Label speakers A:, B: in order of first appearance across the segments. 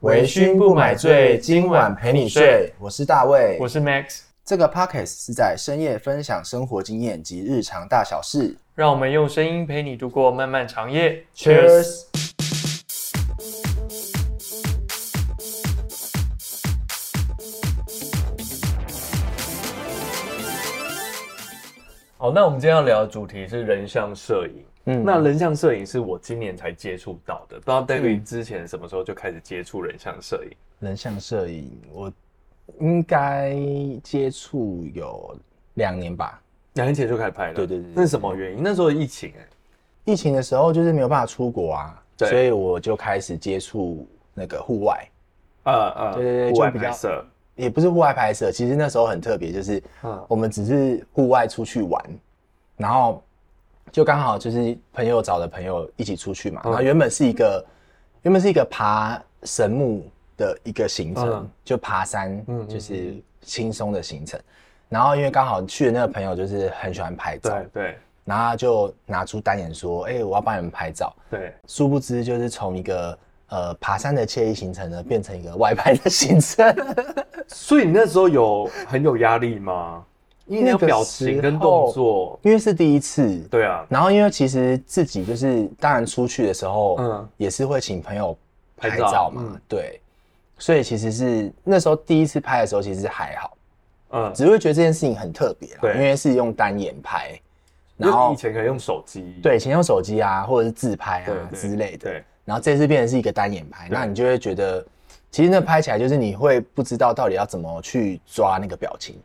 A: 微醺不买醉，今晚陪你睡。我是大卫，
B: 我是 Max，
A: 这个 podcast 是在深夜分享生活经验及日常大小事。
B: 让我们用声音陪你度过漫漫长夜。
A: Cheers！
B: 好，那我们今天要聊的主题是人像摄影。
A: 嗯
B: 那人像摄影是我今年才接触到的，不知道 David 之前什么时候就开始接触人像摄影？
A: 人像摄影，我应该接触有两年吧。
B: 两年前就开始拍了。
A: 对对对对
B: 那是什么原因？那时候疫情哎、
A: 疫情的时候就是没有办法出国啊，
B: 对
A: 所以我就开始接触那个户外，
B: 呃呃，
A: 对对对
B: 户外
A: 就比较
B: 拍摄。
A: 也不是户外拍摄。其实那时候很特别，就是
B: 嗯
A: 我们只是户外出去玩，然后就刚好就是朋友找的朋友一起出去嘛。
B: 嗯
A: 然后原本是一个原本是一个爬神木的一个行程，
B: 嗯
A: 就爬山
B: 嗯嗯，
A: 就是轻松的行程。然后因为刚好去的那个朋友就是很喜欢拍照，
B: 对对
A: 然后他就拿出单眼说：“哎、我要帮你们拍照。”
B: 对，
A: 殊不知就是从一个呃爬山的惬意行程呢，变成一个外拍的行程。
B: 所以你那时候有很有压 力吗？因为你要表情跟动作。
A: 因为是第一次，
B: 对啊，
A: 然后因为其实自己就是当然出去的时候，
B: 嗯
A: 嗯，也是会请朋友
B: 拍
A: 拍
B: 照
A: 照嘛，
B: 嗯
A: 对，所以其实是那时候第一次拍的时候，其实还好，
B: 嗯，
A: 只会觉得这件事情很特别啦
B: 对，
A: 因为是用单眼拍，然
B: 就
A: 后
B: 以前可能用手机。
A: 对，前用手机啊，或者是自拍
B: 对
A: 啊
B: 对
A: 之类的，
B: 对，
A: 然后这次变成是一个单眼拍，
B: 对
A: 那你就会觉得，其实那拍起来就是你会不知道到底要怎么去抓那个表情。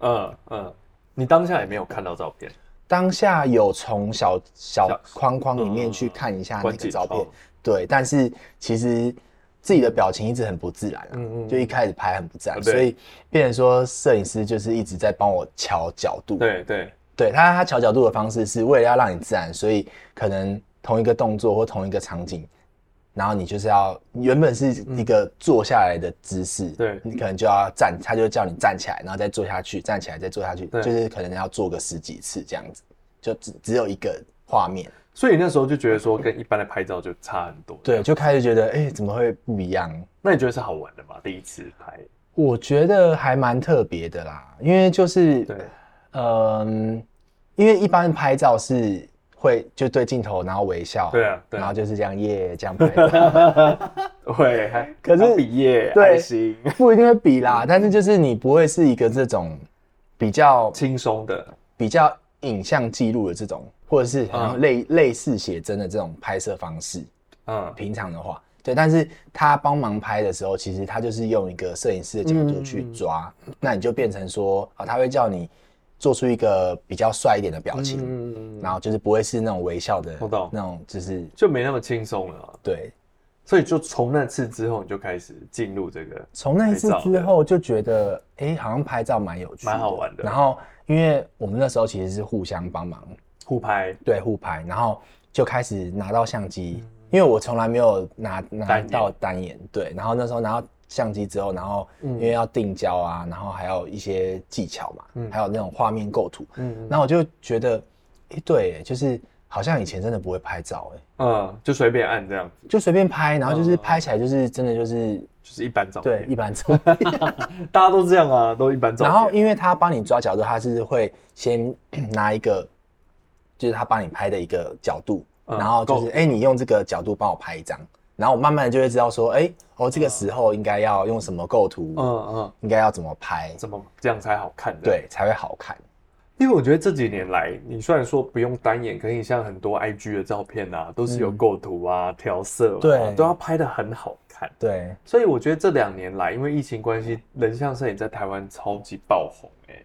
B: 嗯嗯，你当下也没有看到照片，
A: 当下有从小
B: 小嗯
A: 小框框里面去看一下啊那
B: 关哦
A: 个
B: 机
A: 照片
B: 窗，
A: 对，但是其实自己的表情一直很不自然、啊，
B: 嗯嗯嗯
A: 就一开始拍很不自然，
B: 对
A: 所以变成说摄影师就是一直在帮我调角度，
B: 对对，
A: 对他他调角度的方式是为了要让你自然，所以可能同一个动作或同一个场景，然后你就是要原本是一个坐下来的姿势，
B: 对
A: 你可能就要站，他就叫你站起来，然后再坐下去，站起来再坐下去，
B: 对
A: 就是可能要做个十几次这样子，就只只有一个画面，
B: 所以你那时候就觉得说跟一般的拍照就差很多。，
A: 对，就开始觉得哎、诶怎么会不一样？
B: 那你觉得是好玩的吗？第一次拍，
A: 我觉得还蛮特别的啦，因为就是
B: 对，
A: 嗯，因为一般拍照是会就对镜头，然后微笑，
B: 对啊对啊
A: 然后就是这样耶这样拍照，
B: 会，还
A: 可是
B: 还毕业
A: 对
B: 还行，
A: 不一定会比啦， 但是就是你不会是一个这种比较
B: 轻松的，
A: 比较影像记录的这种，或者是好像
B: 嗯
A: 类、类似写真的这种拍摄方式，
B: 嗯，
A: 平常的话，对，但是他帮忙拍的时候，其实他就是用一个摄影师的角度去抓，
B: 嗯
A: 那你就变成说啊，他会叫你做出一个比较帅一点的表情。
B: 嗯，
A: 然后就是不会是那种微笑的
B: 我懂，
A: 那种就是
B: 就没那么轻松了啊、
A: 对。
B: 所以就从那次之后，你就开始进入这个，
A: 从那一次
B: 拍照
A: 之后就觉得，哎、好像拍照蛮有趣，
B: 蛮好玩的
A: 然后因为我们那时候其实是互相帮忙，
B: 互拍，
A: 对，互拍，然后就开始拿到相机，因为我从来没有拿拿
B: 嗯单眼嗯
A: 到单眼，对，然后那时候拿到相机之后，然后因为要定焦啊，然后还有一些技巧嘛，
B: 嗯
A: 还有那种画面构图，
B: 嗯
A: 然后我就觉得，哎、对，就是好像以前真的不会拍照、诶
B: 嗯，就随便按这样子，
A: 就随便拍，然后就是
B: 嗯
A: 拍起来就是真的就是
B: 就是一般照
A: 对
B: 片，
A: 一 般照片。
B: 大家都这样啊，都一般照片。
A: 然后因为他帮你抓角度，他是会先 拿一个，就是他帮你拍的一个角度，
B: 嗯
A: 然后就是
B: 够
A: 哎、你用这个角度帮我拍一张，然后我慢慢的就会知道说，哎、哦这个时候应该要用什么构图，
B: 嗯嗯，
A: 应该要怎么拍，
B: 怎么这样才好看？，
A: 对才会好看。
B: 因为我觉得这几年来，你虽然说不用单眼，可以像很多 IG 的照片啊，都是有构图啊、调色、啊，
A: 嗯对
B: 都要拍的很好看。
A: 对，
B: 所以我觉得这两年来，因为疫情关系，
A: 嗯
B: 人像摄影在台湾超级爆红哎、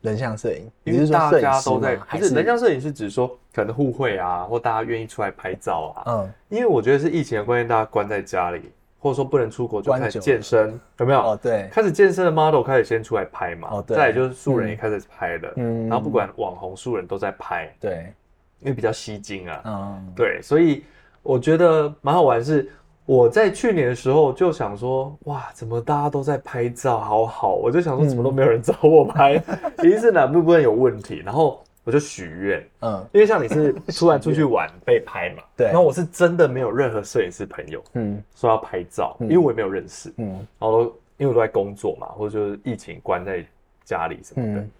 A: 人像摄影，你
B: 因为
A: 是说
B: 大
A: 摄影
B: 家
A: 师
B: 都
A: 吗
B: 在，
A: 还
B: 不是人像摄影是指说可能互惠啊，或大家愿意出来拍照啊。
A: 嗯
B: 因为我觉得是疫情的关系，大家关在家里，或者说不能出国，就
A: 关
B: 开始
A: 久了
B: 健身，有没有？
A: 哦对
B: 开始健身的 model 开始先出来拍嘛，
A: 哦对
B: 再来就是素人也开始拍了，
A: 嗯
B: 然后不管网红素人都在拍，
A: 对
B: 因为比较吸睛啊，
A: 嗯
B: 对，所以我觉得蛮好玩是。我在去年的时候就想说，哇，怎么大家都在拍
A: 嗯
B: 照，好好，我就想说怎么都没有人找我拍，一定是哪部分有问题。然后我就许愿，
A: 嗯
B: 因为像你 是突然出去玩被拍嘛，
A: 对
B: 然后我是真的没有任何摄影师朋友
A: 嗯
B: 说要拍照，因为我也没有认识，
A: 嗯
B: 然后因为我都在工作嘛，或者就是疫情关在家里什么的，
A: 嗯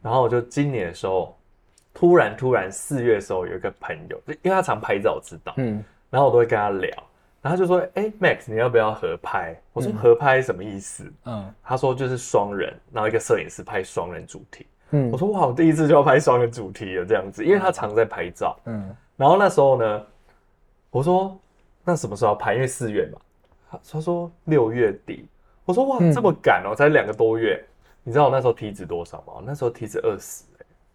B: 然后我就今年的时候，突然突然四月的时候有一个朋友，因为他常拍照，我知道，
A: 嗯
B: 然后我都会跟他聊，然后他就说，哎、m a x 你要不要合拍？我说合拍什么意思？
A: 嗯
B: 他说就是双人，然后一个摄影师拍双人主题。
A: 嗯
B: 我说哇，我第一次就要拍双人主题了这样子，因为他常在拍照。
A: 嗯
B: 然后那时候呢，我说那什么时候要拍？因为四月嘛，他他说六月底。我说哇，
A: 嗯
B: 这么赶哦，才两个多月。你知道我那时候体脂多少吗？我那时候体脂二十、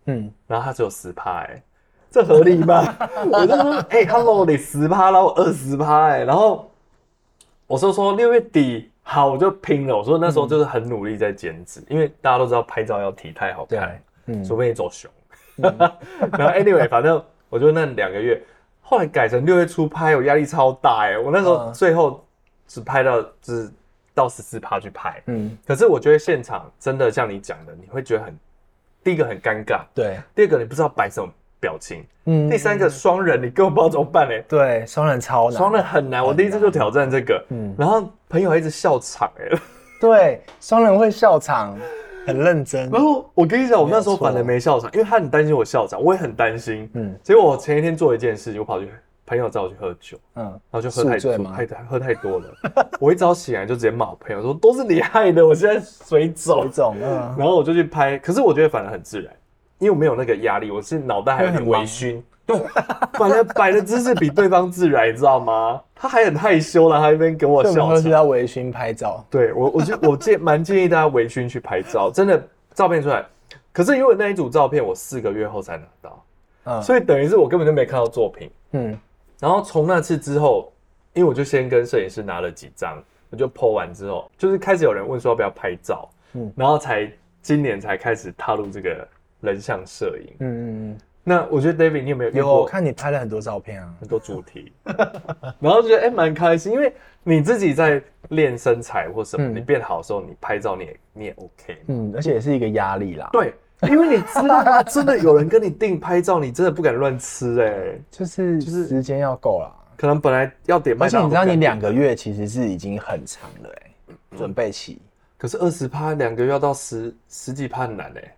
A: 嗯，
B: 然后他只有十趴，哎、这合理吗？ 我就说，哎、h e l l o 你十趴，然后二十趴，哎、然后我就说六月底好，我就拼了。我说那时候就是很努力在减脂，因为大家都知道拍照要体态好看
A: 对，，嗯
B: 除非你走熊。 然后 anyway，反正我就那两个月，后来改成六月初拍，我压力超大哎、我那时候
A: 嗯
B: 最后只拍到只到十四趴去拍，
A: 嗯
B: 可是我觉得现场真的像你讲的，你会觉得很第一个很尴尬，
A: 对，
B: 第二个你不知道摆什么表情，
A: 嗯
B: 第三个双人你根本不知道怎么办嘞、
A: 对双人超难，
B: 双人很难，我第一次就挑战这个，
A: 嗯
B: 然后朋友还一直笑场哎、
A: 对双人会笑场，很认 真，
B: 然后我跟你讲，我那时
A: 没
B: 候
A: 有错
B: 反而没笑场，因为他很担心我笑场，我也很担心，嗯
A: 嗯，
B: 结果我前一天做一件事情，我跑去朋友找我去喝酒，
A: 嗯
B: 然后就喝太
A: 宿醉
B: 多，
A: 吗
B: 太喝太多了，我一早起来就直接骂我朋友说都是你害的，我现在水肿
A: 有一，种嗯
B: 然后我就去拍，可是我觉得反而很自然，因为我没有那个压力，我是脑袋还有点微醺，对，反而摆的姿势比对方自然，你知道吗？他还很害羞了，他还在那边跟 我
A: 所以我们都
B: 笑
A: 是
B: 场。
A: 要微醺拍照，
B: 对我，我就我建蛮建议大家微醺去拍照，真的照片出来。可是因为那一组照片我四个月后才拿到，
A: 嗯
B: 所以等于是我根本就没看到作品。
A: 嗯
B: 然后从那次之后，因为我就先跟摄影师拿了几张，我就 PO 完之后，就是开始有人问说要不要拍照，
A: 嗯
B: 然后才今年才开始踏入这个人像摄影。
A: 嗯嗯嗯，
B: 那我觉得 David，你有没有遇
A: 有我
B: 过
A: 看你拍了很多照片啊，
B: 很多主题， 然后觉得哎蛮、开心，因为你自己在练身材或什么，
A: 嗯
B: 你变好的时候，你拍照你也你也 OK 嘛。
A: 嗯，而且也是一个压力啦，
B: 对，因为你知道吗？真的有人跟你订拍照，你真的不敢乱吃哎、
A: 就是
B: 就是
A: 时间要够啦。
B: 可能本来要点麦
A: 而且
B: 当
A: 你
B: 劳，嗯
A: 知道，你两
B: 个。
A: 个月其实是已经很长了、欸，准备期。
B: 可是二十趴两个月要到十十几趴很难欸嘞、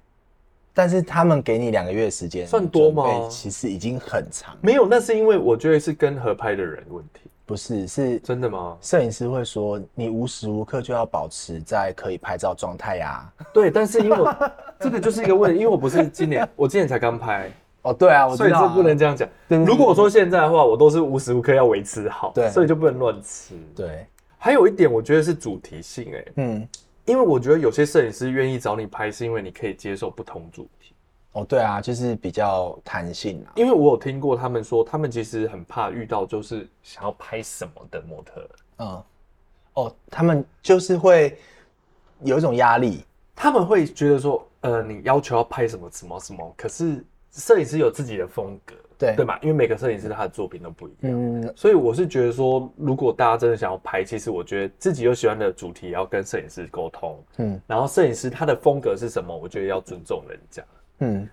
A: 但是他们给你两个月时间，
B: 算多吗
A: 准备其实已经很长，
B: 没有，那是因为我觉得是跟合拍的人问题。
A: 不是是
B: 真的吗？
A: 摄影师会说你无时无刻就要保持在可以拍照状态啊呀。
B: 对，但是因为 我这个就是一个问题，因为我不是今 年，我今年才刚拍，
A: 哦，对啊，我
B: 所
A: 知
B: 以
A: 道、
B: 这
A: 啊，
B: 不能这样讲。
A: 对对对
B: 如果我说现在的话，我都是无时无刻要维持好，
A: 对
B: 所以就不能乱吃。
A: 对，
B: 还有一点，我觉得是主题性、欸，
A: 嗯，
B: 因为我觉得有些摄影师愿意找你拍，是因为你可以接受不同主题。
A: 哦，对啊，就是比较弹性啊。
B: 因为我有听过他们说，他们其实很怕遇到就是想要拍什么的模特儿，
A: 嗯，哦，他们就是会有一种压力，
B: 他们会觉得说，呃，你要求要拍什么什么什么，可是摄影师有自己的风格，
A: 对
B: 对嘛？因为每个摄影师他的作品都不一样，
A: 嗯，
B: 所以我是觉得说，如果大家真的想要拍，其实我觉得自己有喜欢的主题，也要跟摄影师沟通，嗯
A: 嗯，
B: 然后摄影师他的风格是什么，我觉得要尊重人家，
A: 嗯，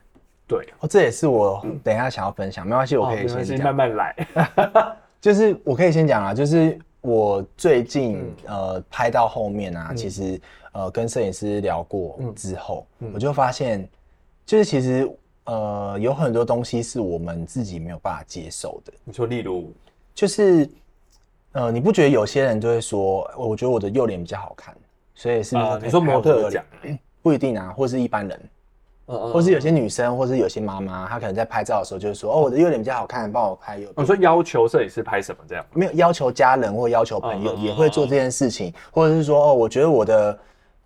B: 对，
A: 哦，这也是我等一下想要分享，没关系，我
B: 哦
A: 可以
B: 没
A: 先
B: 关系，
A: 讲。
B: 慢慢来，
A: 就是我可以先讲啊，就是我最近、
B: 嗯
A: 呃拍到后面啊，其实呃跟摄影师聊过
B: 嗯
A: 之后，我就发现，就是其实呃有很多东西是我们自己没有办法接受的，
B: 你说例如，
A: 就是呃你不觉得有些人就会说，我觉得我的右脸比较好看，所以是不是、
B: 呃，你说模特儿讲，
A: 不一定啊，或是一般人，
B: 嗯嗯
A: 或是有些女生，或是有些妈妈，她可能在拍照的时候就是说，哦我的右脸比较好看，帮我拍右边
B: 我说要求摄影师拍什么这样，
A: 没有要求家人或要求朋友
B: 嗯嗯嗯
A: 也会做这件事情，或者是说哦，我觉得我的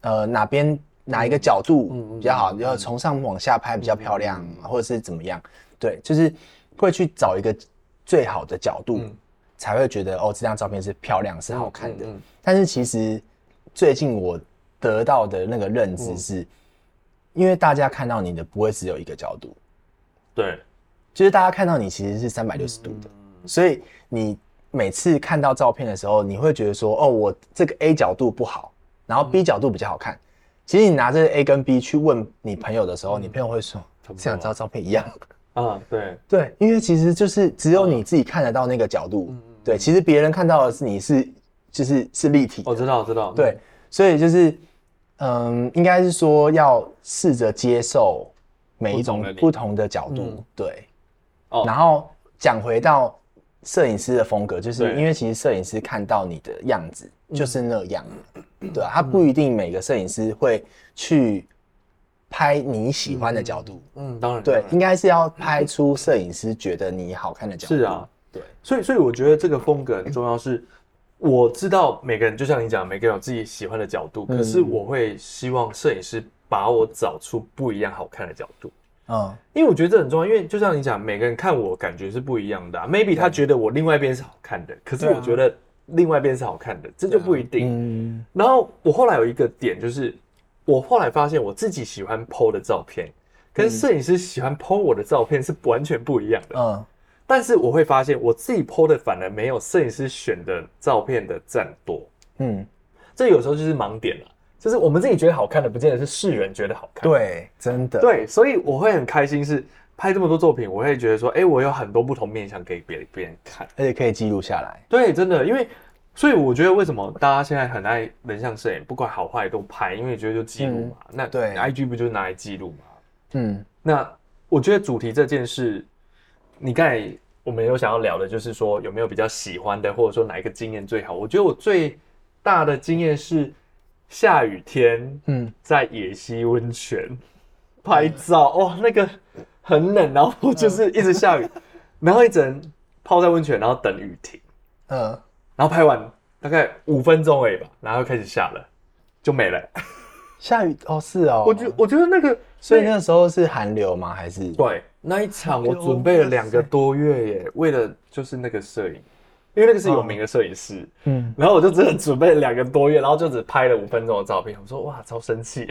A: 呃哪边哪一个角
B: 嗯
A: 度比较好，要从上往下拍比较漂亮，啊或者是怎么样？对，就是会去找一个最好的角度，才会觉得哦这张照片是漂亮是好看的。
B: 嗯嗯嗯嗯
A: 但是其实最近我得到的那个认
B: 嗯
A: 知是，因为大家看到你的不会只有一个角度，
B: 对，
A: 就是大家看到你其实是三百六十度的，
B: 嗯
A: 所以你每次看到照片的时候，你会觉得说，哦，我这个 A 角度不好，
B: 嗯
A: 然后 B 角度比较好看。其实你拿这个 A 跟 B 去问你朋友的时候，你朋友会说，
B: 嗯差不多
A: 这两张照片一样。
B: 啊， 对，
A: 对，因为其实就是只有你自己看得到那个角度，
B: 嗯
A: 对，其实别人看到的是你是就是是立体的
B: 我知道，我知道，
A: 对，所以就是，嗯，应该是说要试着接受每一种
B: 不同的你
A: 不同的角度，
B: 嗯
A: 对。
B: 哦
A: 然后讲回到摄影师的风格，就是
B: 对嗯
A: 因为其实摄影师看到你的样子就是那样，对啊，他不一定每个摄影师会去拍你喜欢的角度，
B: 嗯，嗯，当然，
A: 对
B: 当，然
A: 应该是要拍出摄影师觉得你好看的角度。
B: 是啊，
A: 对，
B: 所以，所以我觉得这个风格很重要是。我知道每个人，就像你讲，每个人有自己喜欢的角度，可是
A: 嗯
B: 我会希望摄影师把我找出不一样好看的角度。
A: 嗯，
B: 因为我觉得这很重要，因为就像你讲，每个人看我感觉是不一样的、啊。Maybe 他觉得我另外一边是好看的，可是
A: 对啊
B: 我觉得另外一边是好看的，这就不一定。
A: 嗯，
B: 然后我后来有一个点，就是我后来发现我自己喜欢 PO 的照片，
A: 嗯
B: 跟摄影师喜欢 PO 我的照片是完全不一样的。
A: 嗯，
B: 但是我会发现我自己 PO 的反而没有摄影师选的照片的赞多，
A: 嗯，
B: 这有时候就是盲点了、啊就是我们自己觉得好看的，不见得是世人觉得好看。
A: 对，真的，
B: 对，所以我会很开心，是拍这么多作品，我会觉得说，哎、我有很多不同面向给别别人看。
A: 而且可以记录下来。
B: 对，真的，因为所以我觉得为什么大家现在很爱人像摄影，不管好坏都拍，因为觉得就记录嘛。那
A: 对
B: IG 不就是拿来记录嘛？
A: 嗯，
B: 那我觉得主题这件事，你刚才我们有想要聊的，就是说有没有比较喜欢的，或者说哪一个经验最好？我觉得我最大的经验是下雨天，
A: 嗯，
B: 在野溪温泉拍照，哇，那个很冷，然后我就是一直下雨，然后一整泡在温泉，然后等雨停，
A: 呃，
B: 然后拍完大概五分钟而已吧，然后又开始下了，就没了。
A: 下雨哦，是哦，
B: 我觉我觉得那个，
A: 所以那时候是寒流吗？还是
B: 对那一场我准备了两个多月耶，为了就是那个摄影，因为那个是有名的摄影师，
A: 嗯，
B: 然后我就真的准备了两个多月，然后就只拍了五分钟的照片，我说哇，超生气。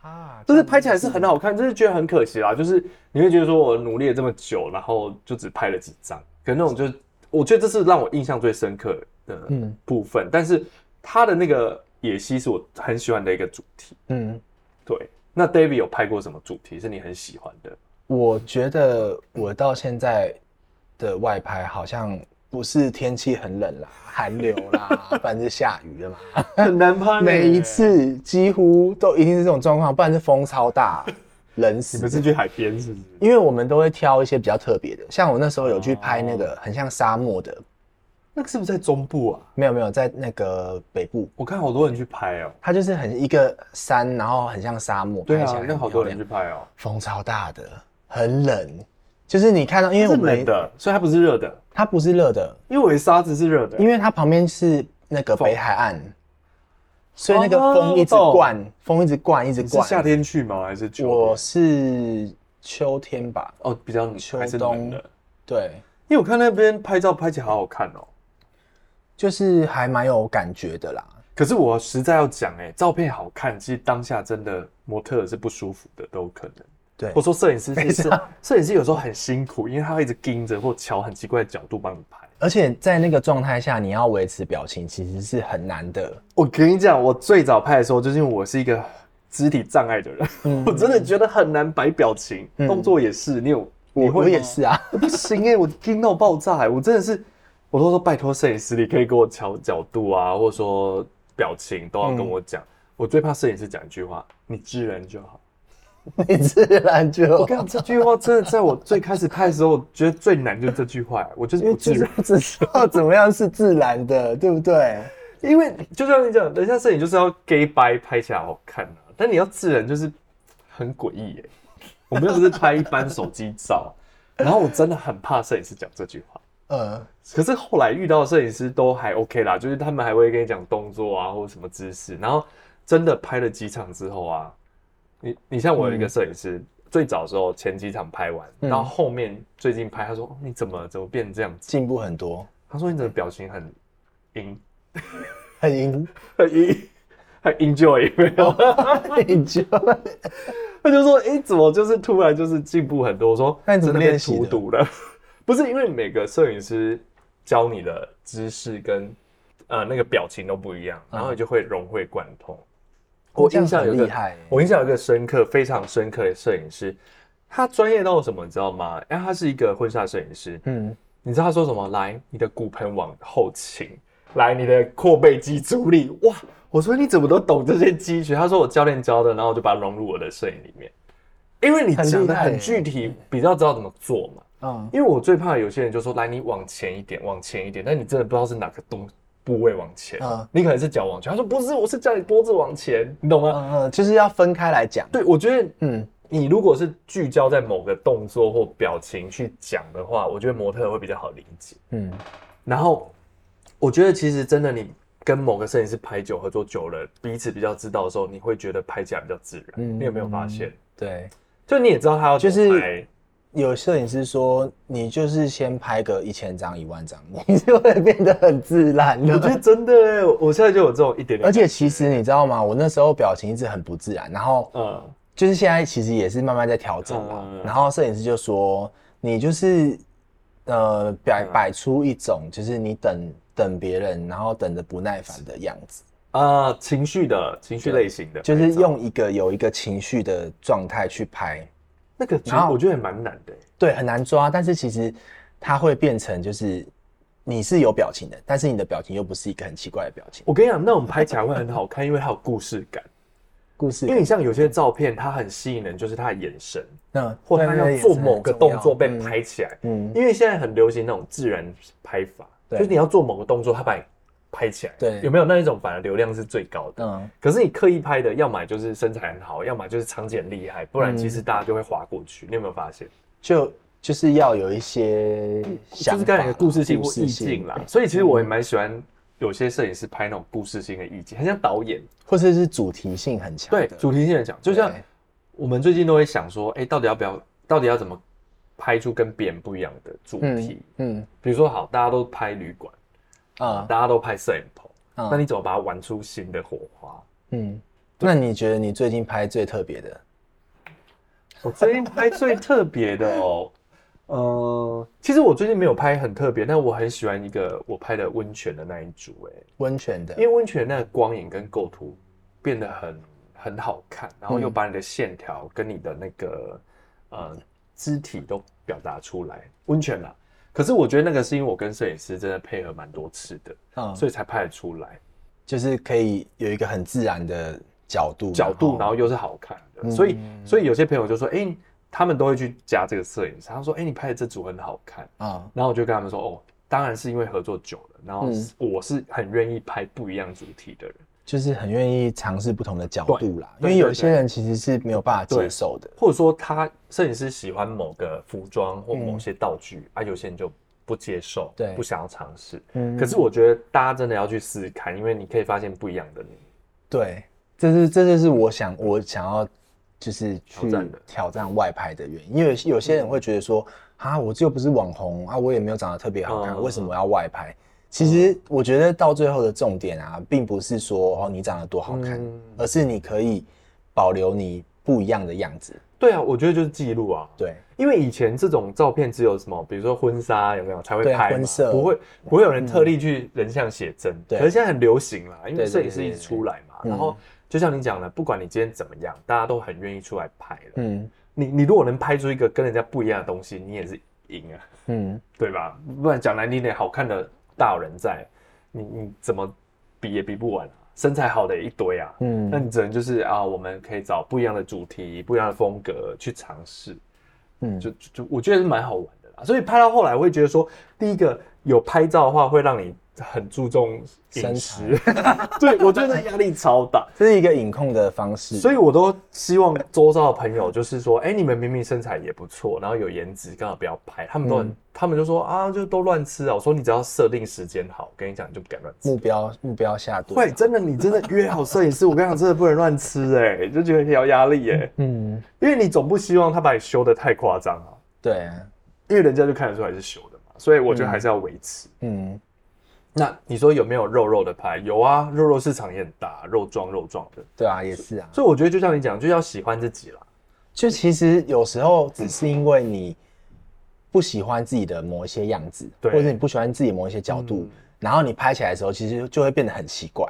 A: 啊，
B: 就是拍起来是很好看，就是觉得很可惜啦。就是你会觉得说我努力了这么久，然后就只拍了几张，可那种就是我觉得这是让我印象最深刻的
A: 嗯
B: 部分。但是他的那个野溪是我很喜欢的一个主题。
A: 嗯，
B: 对，那 David 有拍过什么主题是你很喜欢的？
A: 我觉得我到现在的外拍好像不是天气很冷啦，寒流 啦，不然就下雨了嘛。
B: 很难拍
A: 每一次几乎都一定是这种状况，不然是风超 大，冷
B: 你
A: 死
B: 们。是去海边是不是？
A: 因为我们都会挑一些比较特别的，像我那时候有去
B: 哦
A: 拍那个很像沙漠的，
B: 那个是不是在中部啊？
A: 没有没有，在那个北部，
B: 我看好多人去拍哦。
A: 它就是很一个山，然后很像沙漠，
B: 对
A: 拍起
B: 啊
A: 来，
B: 那
A: 很
B: 好多
A: 漂
B: 人
A: 亮
B: 去拍哦。
A: 风超大的，很冷，就是你看到，因为
B: 是
A: 我们
B: 冷的，所以它不是热的，
A: 它不是热的，
B: 因为我的沙子是热的。
A: 因为它旁边是那个北海岸，所以那个
B: 哦
A: 风一直
B: 我懂
A: 灌，风一直灌，一直
B: 你是
A: 灌。
B: 夏天去吗？还是秋天？
A: 我是秋天吧，
B: 哦，比较冷，
A: 秋
B: 还是冷的
A: 冬。对，
B: 因为我看那边拍照拍起来好好看哦。
A: 就是还蛮有感觉的啦。
B: 可是我实在要讲，哎，照片好看，其实当下真的模特儿是不舒服的，都有可能。
A: 对
B: 我，说摄影师
A: 非
B: 是是
A: 常，
B: 摄影师有时候很辛苦，因为他会一直盯着或瞧很奇怪的角度帮你拍。
A: 而且在那个状态下，你要维持表情其实是很难的。
B: 我跟你讲，我最早拍的时候，就是因为我是一个肢体障碍的人，我真的觉得很难摆表情，
A: 嗯
B: 动作也是。你有，你
A: 我
B: 会
A: 我也
B: 吗
A: 是啊，
B: 不行哎、我听到爆炸哎、我真的是，我都说拜托摄影师，你可以给我调角度啊，或者说表情都要跟我讲。我最怕摄影师讲一句话：“你自然就好。
A: 你自然”
B: 我
A: 就
B: 跟你讲这句话真的在我最开始拍的时候，我觉得最难就是这句话、我就是
A: 因
B: 不
A: 为
B: 自
A: 知
B: 然，
A: 道知道怎么样是自然的，对不对？
B: 因为就像你讲，人家摄影就是要 gay 白拍起来好看啊，但你要自然就是很诡异耶。我们又不是拍一般手机照， 然后我真的很怕摄影师讲这句话。
A: 呃，
B: 可是后来遇到的摄影师都还 OK 啦，就是他们还会跟你讲动作啊，或者什么姿势。然后真的拍了几场之后啊，你你像我有一个摄影师，最早的时候前几场拍完，
A: 嗯
B: 到后面最近拍，他说哦你怎么怎么变这样子？
A: 进步很多，
B: 他说你怎么表情很阴，
A: 很赢，
B: 很阴， 很 enjoy 没有？
A: 哦你 就
B: 他就说哎、诶怎么就是突然就是进步很多？我说
A: 那你怎么
B: 真的被
A: 练习
B: 荼
A: 的
B: 毒了？不是因为每个摄影师教你的知识跟呃那个表情都不一样，然后你就会融会贯通。我
A: 嗯这样
B: 印象有一
A: 很厉
B: 个，
A: 害耶欸
B: 我印象有一个深刻、非常深刻的摄影师，他专业到什么，你知道吗？因为他是一个婚纱摄影师，
A: 嗯，
B: 你知道他说什么？来，你的骨盆往后倾，来，你的阔背肌出力。哇，我说你怎么都懂这些肌群？他说我教练教的，然后我就把它融入我的摄影里面。因为你
A: 很厉
B: 讲的
A: 害
B: 很
A: 耶
B: 具体，比较知道怎么做嘛。
A: 嗯，
B: 因为我最怕有些人就说：“来，你往前一点，往前一点。”但你真的不知道是哪个东部位往前，
A: 嗯
B: 你可能是脚往前。他说：“不是，我是叫你脖子往前，你懂吗？”
A: 嗯嗯，就是要分开来讲，
B: 对，我觉得
A: 嗯，
B: 你如果是聚焦在某个动作或表情去讲的话，我觉得模特会比较好理解。
A: 嗯，
B: 然后，我觉得其实真的你跟某个摄影师拍久、合作久了，彼此比较知道的时候，你会觉得拍起来比较自然。
A: 嗯
B: 你有没有发现？
A: 对，
B: 就你也知道他要
A: 就
B: 怎
A: 是
B: 么拍，
A: 有摄影师说你就是先拍个一千张、一万张， 你就会变得很自然
B: 我觉
A: 了。
B: 得真的欸，我我现在就有这种一点点。
A: 而且其实你知道吗？我那时候表情一直很不自然，然后
B: 嗯，
A: 就是现在其实也是慢慢在调整嘛。
B: 嗯嗯嗯
A: 然后摄影师就说，你就是呃摆
B: 嗯
A: 摆出一种就是你等等别人，然后等着不耐烦的样子，
B: 啊，情绪的情绪类型的拍照，
A: 就是用一个有一个情绪的状态去拍。
B: 那个，其实
A: 然后
B: 我觉得也蛮难的欸。
A: 对，很难抓，但是其实它会变成就是你是有表情的，但是你的表情又不是一个很奇怪的表情。
B: 我跟你讲，那种拍起来会很好看，因为它有故事感。
A: 故事
B: 因为你像有些照片，它很吸引人，就是它的眼神，
A: 嗯，
B: 或
A: 对
B: 他
A: 那
B: 要
A: 也
B: 做
A: 是
B: 某
A: 很
B: 个
A: 重要
B: 动作被
A: 嗯
B: 拍起来。
A: 嗯，
B: 因为现在很流行那种自然拍法，
A: 对
B: 就是你要做某个动作，它把你拍起来。
A: 对
B: 有没有那一种反而流量是最高的？
A: 嗯
B: 可是你刻意拍的，要么就是身材很好，要么就是场景厉害，不然
A: 嗯
B: 其实大家就会划过去。你有没有发现？
A: 就就是要有一些
B: 就
A: 想
B: 是
A: 法，
B: 刚才的故事性或意
A: 性
B: 境啦。，所以其实我也蛮喜欢有些摄影师拍那种故事性的意境，很像导演
A: 或者是主题性很强
B: 对
A: 的。
B: 主题性的讲，就像
A: 对
B: 我们最近都会想说，哎、到底要不要，到底要怎么拍出跟别人不一样的主题？
A: 嗯嗯
B: 比如说，好，大家都拍旅馆，
A: 啊
B: 大家都拍摄影棚，
A: 啊
B: 那你怎么把它玩出新的火花？
A: 嗯，那你觉得你最近拍最特别的？
B: 我最近拍最特别的哦， 呃，其实我最近没有拍很特别，但我很喜欢一个我拍的温泉的那一组、诶
A: 温泉的
B: 因，为温泉那个光影跟构图变得很很好看，然后又把你的线条跟你的那个、呃肢体都表达出来。温泉啦，可是我觉得那个是因为我跟摄影师真的配合蛮多次的，
A: 嗯，
B: 所以才拍得出来
A: 就是可以有一个很自然的角度，
B: 角度，然后又是好看的。所以所以有些朋友就说，哎、他们都会去加这个摄影师，他说，哎、你拍的这组很好看。
A: 啊
B: 然后我就跟他们说，哦，当然是因为合作久了，然后
A: 嗯
B: 我是很愿意拍不一样主题的人。
A: 就是很愿意尝试不同的角度啦，因
B: 对
A: 为
B: 对
A: 有些人其实是没有办法接受的。
B: 或者说他摄影师喜欢某个服装或某些道具、啊，有些人就不接受，
A: 对
B: 不想要尝试。
A: 嗯
B: 可是我觉得大家真的要去试试看，因为你可以发现不一样的你。
A: 对，这是这就是我想我想要就是去
B: 挑战的
A: 挑战外拍的原因，因为有有些人会觉得说啊，我又不是网红啊，我也没有长得特别好看，
B: 嗯
A: 为什么我要外拍？其实我觉得到最后的重点啊，并不是说哦你长得多好看，
B: 嗯
A: 而是你可以保留你不一样的样子。
B: 对啊，我觉得就是记录啊，
A: 对，
B: 因为以前这种照片只有什么，比如说婚纱有没有才会
A: 对啊
B: 拍嘛，
A: 婚摄嗯
B: 不会不会有人特地去人像写真。
A: 对
B: 可是现在很流行啦，因
A: 对
B: 为
A: 对
B: 摄影师
A: 对
B: 一
A: 对
B: 直出来嘛，
A: 嗯
B: 然后就像你讲的，不管你今天怎么样，大家都很愿意出来拍了。
A: 嗯
B: 你你如果能拍出一个跟人家不一样的东西，你也是赢啊。
A: 嗯，
B: 对吧？不然讲难听点，好看的大有人在，你你怎么比也比不完啊，身材好的也一堆啊。
A: 嗯
B: 那你只能就是啊，我们可以找不一样的主题、不一样的风格去尝试，
A: 嗯
B: 就就就我觉得是蛮好玩的啦。所以拍到后来，我会觉得说，第一个有拍照的话，会让你很注重饮食， 对我觉得压力超大。
A: 这是一个影控的方式。
B: 所以我都希望周遭的朋友，就是说，哎、你们明明身材也不错，然后有颜值，刚好不要拍。他们都
A: 嗯
B: 很，他们就说啊，就都乱吃啊。我说你只要设定时间好，我跟你讲，你就不敢乱吃。
A: 目标目标下对，
B: 会真的，你真的约好摄影师，我跟你讲，真的不能乱吃哎、就觉得有压力哎、
A: 嗯，
B: 因为你总不希望他把你修的太夸张啊，
A: 对，
B: 因为人家就看得出来是修的嘛，所以我觉得还是要维持。
A: 嗯
B: 那你说有没有肉肉的拍？有啊，肉肉市场也很大，肉装肉装的，
A: 对啊，也是啊。
B: 所以我觉得就像你讲，就要喜欢自己啦。
A: 就其实有时候只是因为你不喜欢自己的某一些样子，
B: 对嗯
A: 或者你不喜欢自己某一些角度，然后你拍起来的时候，其实就会变得很奇怪，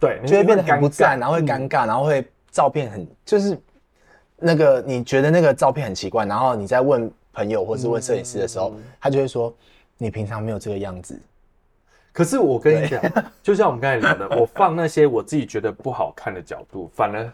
B: 对，嗯
A: 就会变得很不自然，
B: 尴尬
A: 然后会尴尬，然后会照片很就是那个你觉得那个照片很奇怪，然后你在问朋友或是问摄影师的时候，
B: 嗯
A: 他就会说你平常没有这个样子。
B: 可是我跟你讲，就像我们刚才聊 的，我放那些我自己觉得不好看的角度，反而，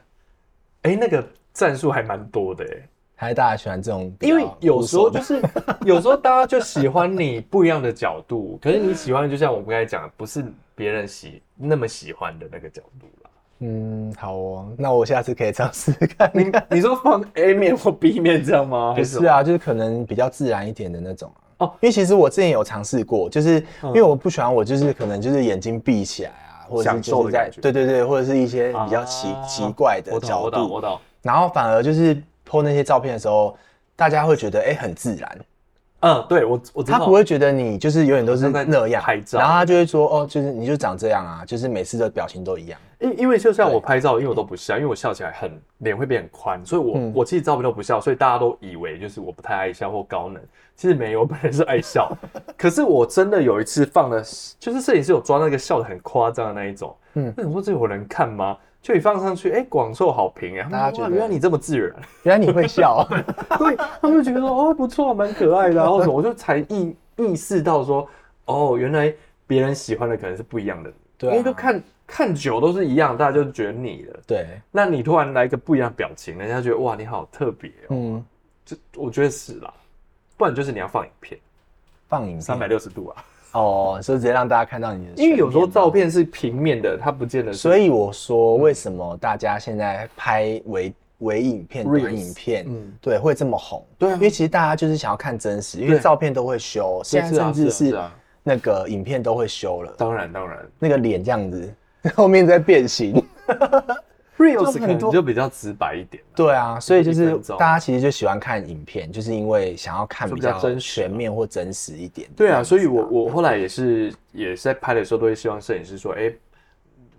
B: 哎、那个战术还蛮多的哎、
A: 还是大家喜欢这种比较
B: 因
A: 猥琐的，
B: 为有时候就是，有时候大家就喜欢你不一样的角度，可是你喜欢的，就像我们刚才讲的，不是别人喜那么喜欢的那个角度啦。
A: 嗯，好哦，那我下次可以尝试看。
B: 你你说放 A 面或 B 面这样吗？
A: 不
B: 还什
A: 是
B: 么，
A: 啊，就是可能比较自然一点的那种啊。
B: 哦嗯
A: 哦，因为其实我之前有尝试过，就是因为我不喜欢我就是可能就是眼睛闭起来啊，或者是
B: 享受
A: 就是
B: 的
A: 在
B: 感觉
A: 对对对，或者是一些比较奇、
B: 啊
A: 奇怪的
B: 我懂
A: 角
B: 我懂我
A: 度，
B: 懂，
A: 然后反而就是拍那些照片的时候，大家会觉得哎、很自然，
B: 嗯，对我我知
A: 他
B: 道
A: 不会觉得哎你就是永远都是
B: 好像在
A: 那样
B: 拍，照
A: 然后他就会说哦，就是你就长这样啊，就是每次的表情都一样。
B: 因因为就像我拍照，因为我都不啊笑，因为我笑起来很脸会变很宽，所以我、
A: 嗯
B: 我其实照片都不笑，所以大家都以为就是我不太爱笑或高冷，其实没有，我本来是 爱笑。可是我真的有一次放了，就是摄影师有抓那个笑的很夸张的那一种，嗯
A: 嗯，
B: 那你说这有人看吗？就你放上去，哎、广受好评哎，
A: 大家
B: 他们
A: 觉
B: 说
A: 得
B: 哇，原来你这么自然，
A: 原来你会笑，
B: 对，他们就觉得说哦不错，蛮可爱的啊，然后什么，我就才意意识到说哦，原来别人喜欢的可能是不一样的，
A: 对啊
B: 因为就看看久都是一样，大家就觉得你了。
A: 对，
B: 那你突然来一个不一样的表情，人家觉得哇，你好特别哦。
A: 嗯，
B: 这我觉得是啦，不然就是你要放影片，
A: 嗯放影片
B: 三百六十度啊。
A: 哦，所以直接让大家看到你的，
B: 因为有时候照。片是平面的，它不见得是。
A: 所以我说，为什么大家现在拍微微影片、
B: Reels，
A: 短影片，
B: 嗯
A: 对，会这么红？
B: 对啊
A: 因为其实大家就是想要看真实，因
B: 对
A: 为照片都会修，现在
B: 是啊
A: 甚至
B: 是啊
A: 是
B: 是啊
A: 那个影片都会修了，
B: 当然当然
A: 那个脸这样子， 后面在变形。
B: ，reels 可
A: 很
B: 能
A: 多
B: 就比较直白一点啦。
A: 对 啊，所以就
B: 一
A: 是
B: 分钟
A: 大家其实就喜欢看影片，就是因为想要看比
B: 就比较
A: 较
B: 真实啊
A: 全面或真实一点。
B: 对啊，所以我我后来也是也是在拍的时候，都会希望摄影师说，哎、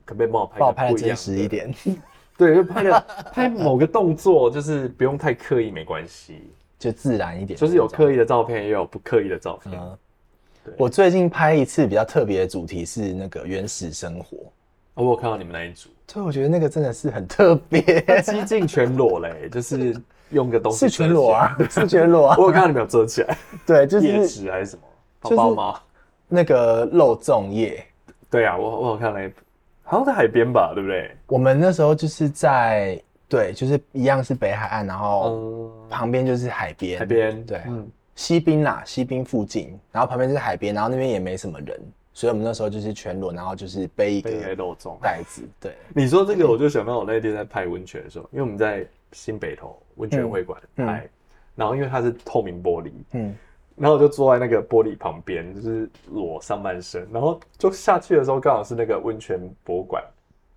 B: 可不可以帮我拍一
A: 把
B: 个
A: 我拍的
B: 不一样
A: 真实一？点。
B: 对，就拍的拍某个动作，就是不用太刻意，没 关系。
A: 就自然一点，
B: 就是有刻意的照片，也有不刻意的照片。
A: 嗯我最近拍一次比较特别的主题是那个原始生活，
B: 哦我有看到你们那一组，
A: 对，我觉得那个真的是很特别，
B: 几近全裸嘞，就是用个东西
A: 是全裸啊，是全裸啊，
B: 遮起来。我有看到你们有遮起来，
A: 对， 就
B: 叶
A: 是
B: 子还是什么包
A: 就是
B: 包吗？
A: 那个肉粽叶。
B: 对啊，我我有看到那一，好像在海边吧，对不对？
A: 我们那时候就是在对，就是一样是北海岸，然后
B: 嗯，
A: 旁边就是海边，
B: 海边
A: 对
B: 嗯，
A: 西滨啦，西滨附近，然后旁边就是海边，然后那边也没什么人，所以我们那时候就是全裸，然后就是背一
B: 被
A: 个
B: 肉粽。
A: 袋子，对，
B: 你说这个，我就想到我那天在拍温泉的时候，因为我们在新北投温泉会馆
A: 嗯
B: 拍，然后因为它是透明玻璃，
A: 嗯，
B: 然后我就坐在那个玻璃旁边，就是裸上半身，然后就下去的时候刚好是那个温泉博物馆，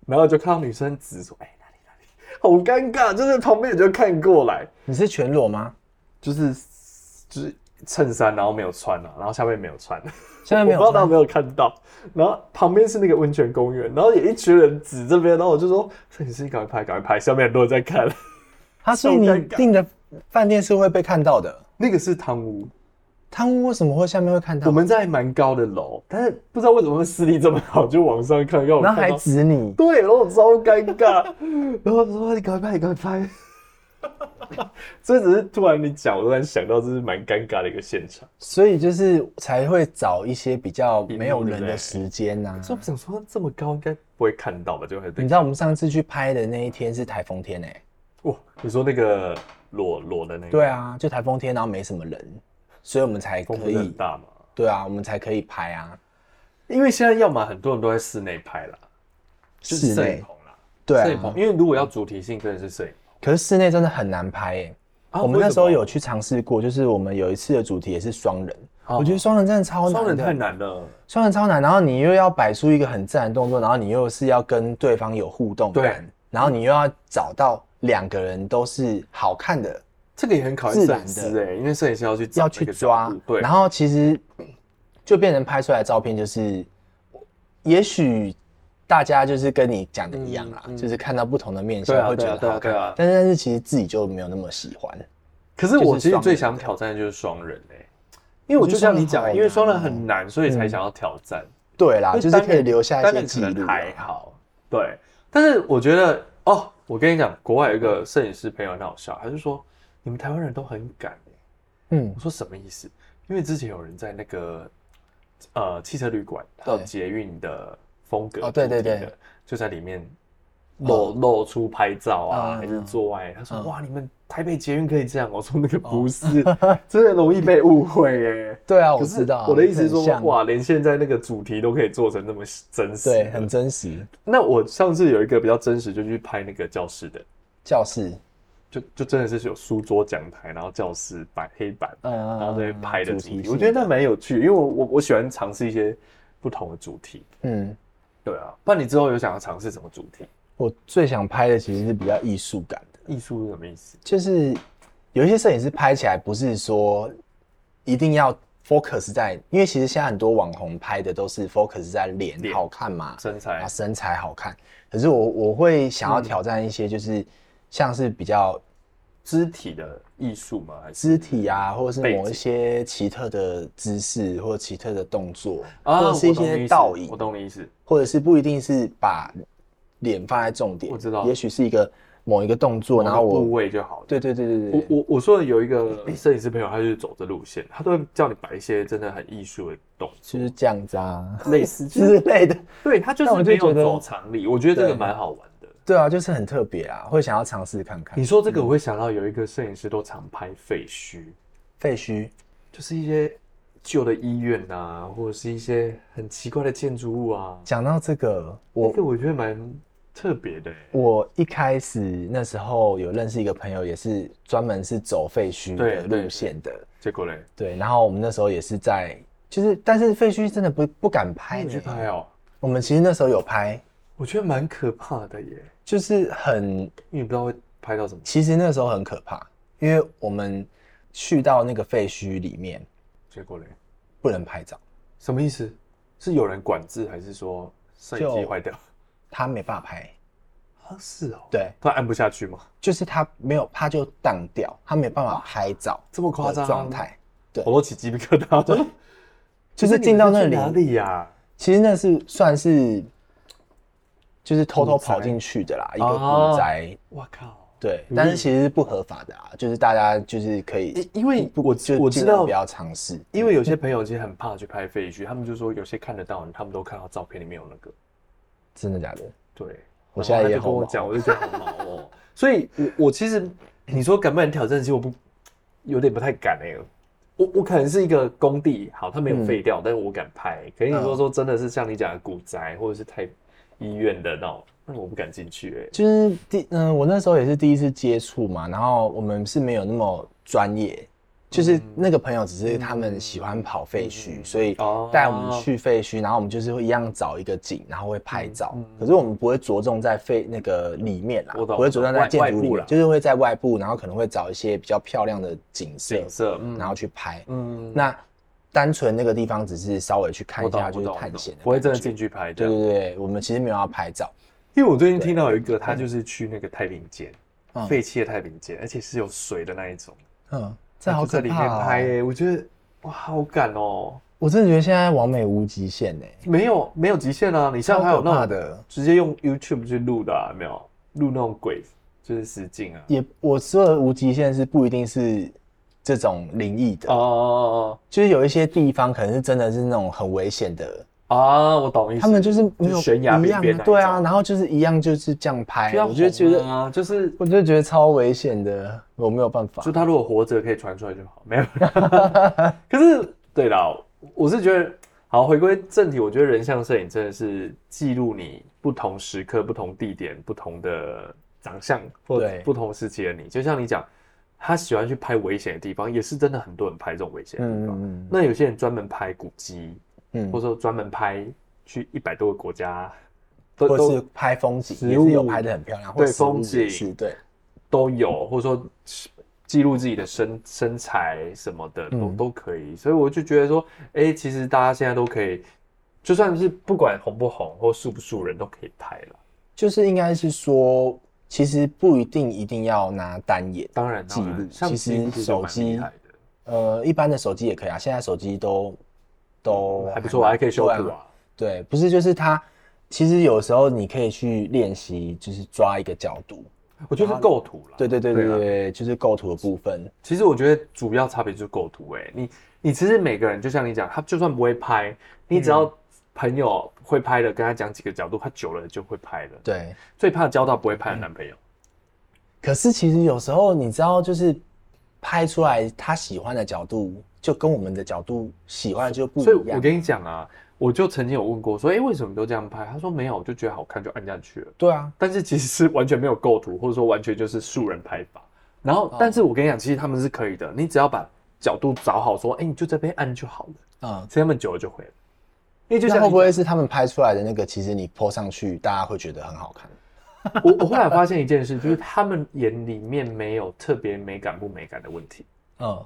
B: 然后就看到女生指说：“哎、哪里哪里，好尴尬。”就是旁边人就看过来，
A: 你是全裸吗？
B: 就是就是衬衫，然后没有穿啊，然后下面没有穿，
A: 现在
B: 我
A: 没
B: 不知
A: 有
B: 道大家有
A: 穿，
B: 没有看到。然后旁边是那个温泉公园，然后有一群人指这边，然后我就说：“摄影师，赶快拍，赶快拍，下面很多人在看。
A: 他所以
B: 超
A: 你
B: 尴尬
A: 订的饭店是会被看到的。”
B: 那个是汤屋，
A: 贪污为什么会下面会看
B: 我
A: 到？
B: 们在蛮高的楼，但是不知道为什么视力这么好，就往上看，让我
A: 然
B: 看
A: 后还
B: 到
A: 指你，
B: 对，然后我超尴尬， 然后他说你赶快拍，你赶快拍。 这只是突然你讲，我突然想到，这是蛮尴尬的一个现场。
A: 所以就是才会找一些比较
B: 幕
A: 没有人
B: 对不对
A: 的时间呐、
B: 所以我想说，这么高应该不会看到吧？就会
A: 你
B: 对
A: 知道我们上次去拍的那一天是台风天哎、
B: 哇，你说那个裸裸的那个，
A: 对，啊，就台风天，然后没什么人，所以我们才
B: 风
A: 可
B: 不是很
A: 以，
B: 大嘛？
A: 对啊，我们才可以拍啊，
B: 因为现在要么很多人都在室内拍啦，就是
A: 室
B: 摄影
A: 内，
B: 棚啦，
A: 对
B: 摄影棚。
A: 啊，
B: 因为如果要主题性，真的是摄影
A: 可是室内真的很难拍哎、
B: 棚。
A: 我们那时候
B: 啊为什
A: 有去尝试过，就是我们有一次的主题也是双人，
B: 哦
A: 我觉得双人真的超
B: 么
A: 难的，
B: 双人太难了，
A: 双人超难，然后你又要摆出一个很自然的动作，然后你又是要跟对方有互动感
B: 对，
A: 然后你又要找到两个人都是好看的，
B: 这个也很考
A: 自
B: 验摄
A: 然
B: 影
A: 的
B: 师哎，因为摄影师要去找
A: 要
B: 那
A: 去
B: 个角
A: 抓
B: 度，对
A: 然，后其实就变成拍出来的照片就是，也许大家就是跟你讲的一样啦，就是看到不同的面
B: 嗯对啊
A: 相会觉
B: 对
A: 得
B: 啊对啊
A: 好
B: 对啊
A: 看，但是但是其实自己就没有那么喜欢，
B: 可是我
A: 就是
B: 其实
A: 双人
B: 最想挑战的就是双人哎、因为我就像你讲，
A: 我觉得双人好
B: 因
A: 难啊嗯
B: 为双人很难，所以才想要挑战。
A: 对啦，就是可以留下一
B: 单
A: 些
B: 人可
A: 记
B: 能
A: 录啊，
B: 还好，对。但是我觉得哦，我跟你讲，国外有一个摄影师朋友很好笑，他就说你们台湾人都很赶、欸。
A: 嗯
B: 我，说什么意思？因为之前有人在那个呃汽车旅馆，它有
A: 对
B: 捷运的风格
A: 哦对对
B: 主题的
A: 对，
B: 就在里面露露出拍照啊，
A: 嗯
B: 还是做爱。他说
A: 嗯哦
B: 哇，你们台北捷运可以这样？哦我说那个 不是，真的容易被误会耶。
A: 对啊，
B: 可
A: 我
B: 是
A: 知道。
B: 我的意思是说
A: 很，像，
B: 哇，连现在那个主题都可以做成那么真实，
A: 对，很。真实。
B: 那我上次有一个比较真实，就去拍那个教室的，
A: 教室，
B: 就就真的是有书桌、讲台，然后教室摆黑板，
A: 嗯嗯，
B: 然后再
A: 嗯
B: 拍呃的主题，
A: 性
B: 我觉得那蛮有趣，因为我我我喜欢尝试一些不同的主题。
A: 嗯，
B: 对啊，不然你之后有想要尝试什么主题？
A: 我最想拍的其实是比较艺术感的，
B: 艺术是什么意思？
A: 就是有一些摄影师拍起来不是说一定要 focus 在，因为其实现在很多网红拍的都是 focus 在脸
B: 脸
A: 好看嘛，
B: 身
A: 啊
B: 材？
A: 身材好看，可是我我会想要挑战一些就是像是比较
B: 肢体的艺术吗？还是
A: 肢体啊，或者
B: 背
A: 是某
B: 景
A: 一些奇特的姿势或奇特的动作，
B: 啊
A: 或者是一些倒影
B: 我，懂你意思。
A: 或者是不一定是把脸放在重点，
B: 我知道
A: 也许是一个某一个动作，
B: 我懂你意思
A: 然后
B: 某个部
A: 我，
B: 位就好了。
A: 对对对对
B: 我
A: 对，
B: 我我说的有一个哎摄影师朋友，他就是走这路线，他都会叫你摆一些真的很艺术的动作
A: 就，是这样子啊
B: 类似
A: 之类的，
B: 对他就
A: 但
B: 是
A: 我就
B: 没有
A: 觉得
B: 走常理，我觉得这个
A: 对
B: 蛮好玩的。
A: 对啊，就是很特别啊，会想要尝试看看
B: 你。说这个，我会想到有一个摄影师都常拍废墟，
A: 废墟，
B: 就是一些旧的医院啊，或者是一些很奇怪的建筑物啊，
A: 讲到这个，
B: 那
A: 我
B: 个我觉得蛮特别的欸。
A: 我一开始那时候有认识一个朋友，也是专门是走废墟
B: 对
A: 的
B: 对对
A: 路线的，
B: 结果嘞，
A: 对。然后我们那时候也是在，就是但是废墟真的不不敢拍
B: 你去
A: 呢。
B: 拍哦，
A: 我们其实那时候有拍，
B: 我觉得蛮可怕的耶，
A: 就是很
B: 因为你不知道会拍到什么。
A: 其实那时候很可怕，因为我们去到那个废墟里面
B: 结果嘞，
A: 不能拍照，
B: 什么意思？是有人管制，还是说摄影机
A: 就
B: 坏掉？
A: 他没办法拍，
B: 啊，是哦，，
A: 对，
B: 他按不下去吗？
A: 就是他没有，他就荡掉，他没办法拍照
B: 这么夸
A: 的
B: 张？
A: 状，态，对
B: 我都起鸡皮疙瘩了。
A: 就是进到 那里，
B: 哪里呀？
A: 其实那是算是就是偷偷
B: 古宅
A: 跑进去的啦，一个古宅，
B: 我靠！
A: 对
B: 哦嗯，
A: 但是其实是不合法的啊，就是大家就是可以，
B: 因为
A: 不
B: 我
A: 就
B: 我
A: 尽
B: 知
A: 量
B: 道
A: 不，要尝试，
B: 因为有些朋友其实很怕去拍废墟，他们就说有些看得到，他们都看到照片里面有那个。
A: 真的假的？
B: 对，
A: 我现在也
B: 然后他就跟我
A: 好毛
B: 讲，我就觉得好毛哦。 所以我，我其实你说敢不敢挑战，其实我不有点不太敢哎、我我可能是一个工地，好，它没有废掉，但是我敢拍。可是你说
A: 嗯
B: 说真的是像你讲的古宅或者是太医院的那种，那我不敢进去哎、
A: 就是第嗯、我那时候也是第一次接触嘛，然后我们是没有那么专业，就是
B: 嗯
A: 那个朋友只是他们喜欢跑废墟，所以
B: 哦
A: 带我们去废墟，然后我们就是会一样找一个景，然后会拍照。
B: 嗯
A: 可是我们不会着重在废那个里面啦，
B: 我懂
A: 不会着重在建
B: 外外
A: 筑里
B: 部啦
A: 面，就是会在外部，然后可能会找一些比较漂亮的景色，
B: 景色，嗯
A: 然后去拍。
B: 嗯，
A: 那单纯那个地方只是稍微去看
B: 我
A: 一
B: 懂
A: 下，
B: 我
A: 就是
B: 懂，
A: 探
B: 我
A: 险
B: 懂
A: 的，
B: 不会
A: 感
B: 真的
A: 觉
B: 进去拍这
A: 对
B: 样。
A: 对对，我们其实没有要拍照，
B: 因为我最近听到有一个，他就是去那个太平间，
A: 嗯
B: 废弃的太平间，而且是有水的那一种，
A: 嗯，这好
B: 在
A: 可
B: 里面
A: 怕、哦。
B: 拍耶，我觉得哇，好赶哦，
A: 我真的觉得现在完美无极限呢、
B: 没有没有极限啊，你像还
A: 超
B: 有
A: 可
B: 那
A: 怕
B: 种
A: 的
B: 直接用 YouTube 去录的、啊，有没有录那种鬼就是实境啊，
A: 也我说的无极限是不一定是这种灵异的，
B: 哦哦
A: 就是有一些地方可能是真的是那种很危险的，
B: 哦哦啊，我懂意思，
A: 他们就是没
B: 就
A: 有
B: 是悬崖
A: 一
B: 边
A: 样的，
B: 边那一种
A: 对啊，然后就是一样就是这样拍，
B: 就要
A: 我就觉
B: 红
A: 得
B: 啊，就是
A: 我就觉得超危险的，我没有办法
B: 就。他如果活着可以传出来就好， 没有。可是对啦，我是觉得好回归正题，我觉得人像摄影真的是记录你不同时刻、不同地点、不同的长相或
A: 对
B: 不同时期的你。就像你讲，他喜欢去拍危险的地方，也是真的很多人拍这种危险的地方。
A: 嗯
B: 那有些人专门拍古迹，
A: 嗯嗯，
B: 或者说专门拍去一百多个国家，都
A: 或
B: 都
A: 是拍风景
B: 食
A: 也是有
B: 物
A: 拍的很漂亮，
B: 对
A: 或食物
B: 风景
A: 也是对，
B: 都有，或者说记录自己的身身材什么的都、
A: 嗯
B: 都可以。所以我就觉得说，哎、其实大家现在都可以，就算是不管红不红或素不素人都可以拍了。
A: 就是应该是说，其实不一定一定要拿单眼，
B: 当然，当然
A: 记录
B: 相
A: 其
B: 机
A: 实
B: 就蛮
A: 手机
B: 厉害的
A: 呃，一般的手机也可以啊，现在手机都都
B: 嗯还不错，还可以修
A: 对
B: 图啊。
A: 对，不是就是它其实有时候你可以去练习，就是抓一个角度。
B: 我觉得是构图了。
A: 对对对对
B: 对啊
A: 对，就是构图的部分。
B: 其实我觉得主要差别就是构图、欸。哎，你你其实每个人就像你讲，他就算不会拍，你
A: 嗯
B: 只要朋友会拍的，跟他讲几个角度，他久了就会拍了。
A: 对，
B: 最怕交到不会拍
A: 嗯
B: 的男朋友。
A: 可是其实有时候你知道，就是拍出来他喜欢的角度，就跟我们的角度喜欢的就不
B: 所以
A: 一
B: 我
A: 样。
B: 跟你讲啊，我就曾经有问过说，哎、为什么都这样拍？他说没有，我就觉得好看就按下去了。
A: 对啊，
B: 但是其实是完全没有构图，或者说完全就是素人拍法。然
A: 哦
B: 后，但是我跟你讲，其实他们是可以的，你只要把角度找好，说，哎、你就这边按就好了。
A: 嗯，
B: 其实他们久了就会了，因为就
A: 那
B: 像
A: 会
B: 你
A: 不会是他们拍出来的那个，其实你 po 上去，大家会觉得很好看？
B: 我我后来发现一件事，就是他们眼里面没有特别美感不美感的问题，
A: 嗯，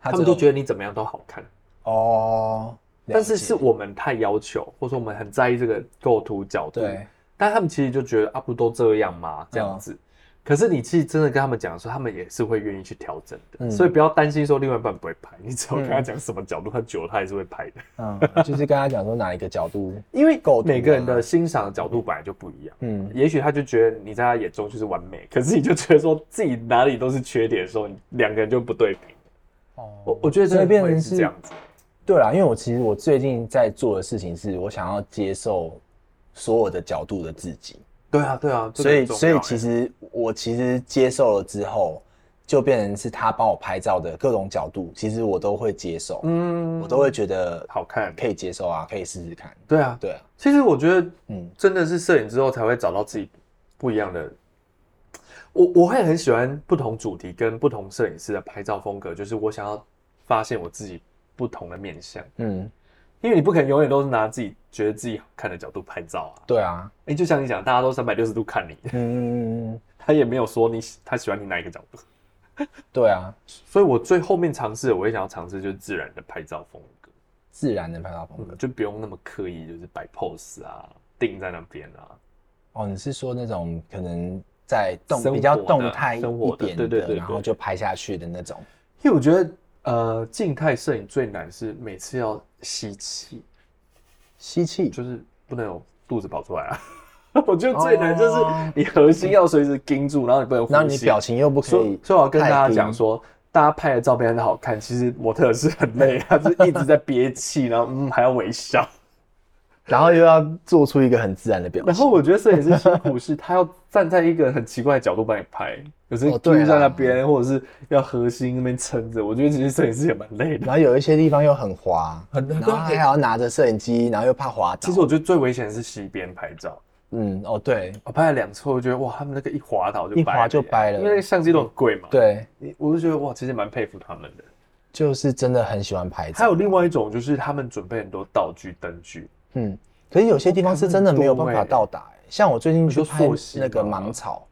A: 他
B: 他们就觉
A: 得
B: 得你怎么样都好看。
A: 哦，了
B: 但是
A: 解
B: 是我们太要求，或者说我们很在意这个构图角度，
A: 对，
B: 但他们其实就觉得啊，不都这样吗？这样子。可是你其实真的跟他们讲的时候，他们也是会愿意去调整的，
A: 嗯
B: 所以不要担心说另外一半不会拍， 你只要跟他讲什么角度，他久了他还是会拍的，
A: 嗯，就是跟他讲说哪一个角度，
B: 因为
A: 构图啊
B: 每个人的欣赏的角度本来就不一样。
A: 嗯，
B: 也许他就觉得你在他眼中就是完美，可是你就觉得说自己哪里都是缺点的时候，你两个人就不对平。
A: 哦，
B: 我我觉得
A: 所以
B: 这
A: 变成
B: 变成
A: 是
B: 是这样子，
A: 对啦，因为我其实我最近在做的事情是我想要接受所有的角度的自己，
B: 对啊对啊，这
A: 所
B: 个
A: 以
B: 很重要
A: 所以
B: 欸
A: 其实我其实接受了之后，就变成是他帮我拍照的各种角度，其实我都会接受，
B: 嗯
A: 我都会觉得
B: 好看，
A: 可以接受啊，可以试试看，
B: 对啊，
A: 对啊，
B: 其实我觉得
A: 嗯
B: 真的是摄影之后才会找到自己不一样的。我我会很喜欢不同主题跟不同摄影师的拍照风格，就是我想要发现我自己不同的面相，
A: 嗯，
B: 因为你不可能永远都是拿自己觉得自己好看的角度拍照啊。
A: 对啊，
B: 哎、就像你讲，大家都三百六十度看你，
A: 嗯，
B: 他也没有说你喜他喜欢你哪一个角度，
A: 对啊，
B: 所以我最后面尝试的，我也想要尝试就是自然的拍照风格，
A: 自然的拍照风格。
B: 嗯，就不用那么刻意，就是摆 pose 啊，定在那边啊，
A: 哦，你是说那种可能在动
B: 生
A: 比较
B: 活的
A: 动态一
B: 生活的
A: 点
B: 对对对对
A: 然后就拍下去的那种。
B: 因为我觉得呃，静态摄影最难是每次要吸气，
A: 吸气，
B: 就是不能有肚子跑出来啊。 我觉得最难就是
A: 哦
B: 你核心要随时盯住，然后你不能呼吸。
A: 然后你表情又不可
B: 所
A: 以
B: 以，所以我要跟大
A: 太
B: 家
A: 低
B: 讲说，大家拍的照片很好看，其实模特是很累，他是一直在憋气，然后嗯还要微笑。
A: 然后又要做出一个很自然的表
B: 然
A: 情。
B: 后我觉得摄影师辛苦是，他要站在一个很奇怪的角度帮你拍，有时候
A: 哦对
B: 盯在
A: 啦
B: 那边，或者是要核心那边撑着。我觉得其实摄影师也蛮累的。
A: 然后有一些地方又很滑，
B: 很
A: 然后还要拿着摄影机，然后又怕滑倒。
B: 其实我觉得最危险的是西边拍照，
A: 嗯，哦，对
B: 我拍了两次，我觉得哇，他们那个一滑倒就
A: 一
B: 掰
A: 滑
B: 了
A: 就
B: 耶
A: 掰了
B: 因为那个相机都很贵嘛。，
A: 对，
B: 你我就觉得哇，其实蛮佩服他们的。
A: 就是真的很喜欢拍
B: 还
A: 照。
B: 有另外一种就是他们准备很多道具灯具，
A: 嗯，可是有些地方是真的没有办法到达、欸像我最近去
B: 欸你说
A: 拍
B: 溯溪
A: 那个
B: 吗
A: 芒草，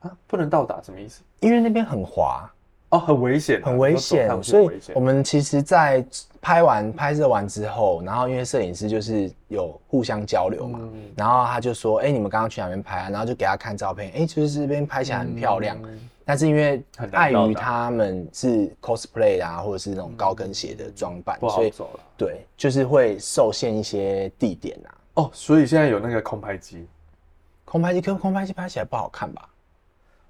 B: 啊，不能到达什么意思？
A: 因为那边很滑，
B: 哦，很危险啊、
A: 很危
B: 你
A: 险，所
B: 说手上去很
A: 以
B: 危险
A: 我们其实，在拍完拍摄完之后，然后因为摄影师就是有互相交流嘛，
B: 嗯
A: 然后他就说：“哎、你们刚刚去哪边拍啊？”然后就给他看照片，哎、就是这边拍起来很漂亮，
B: 嗯
A: 但是因为
B: 很难
A: 碍
B: 到
A: 于
B: 达
A: 他们是 cosplay 啊，或者是那种高跟鞋的装扮，
B: 不
A: 所
B: 好
A: 以
B: 走了。
A: 对，就是会受限一些地点啊。
B: 哦，所以现在有那个空拍机，
A: 空拍机跟空拍机拍起来不好看吧？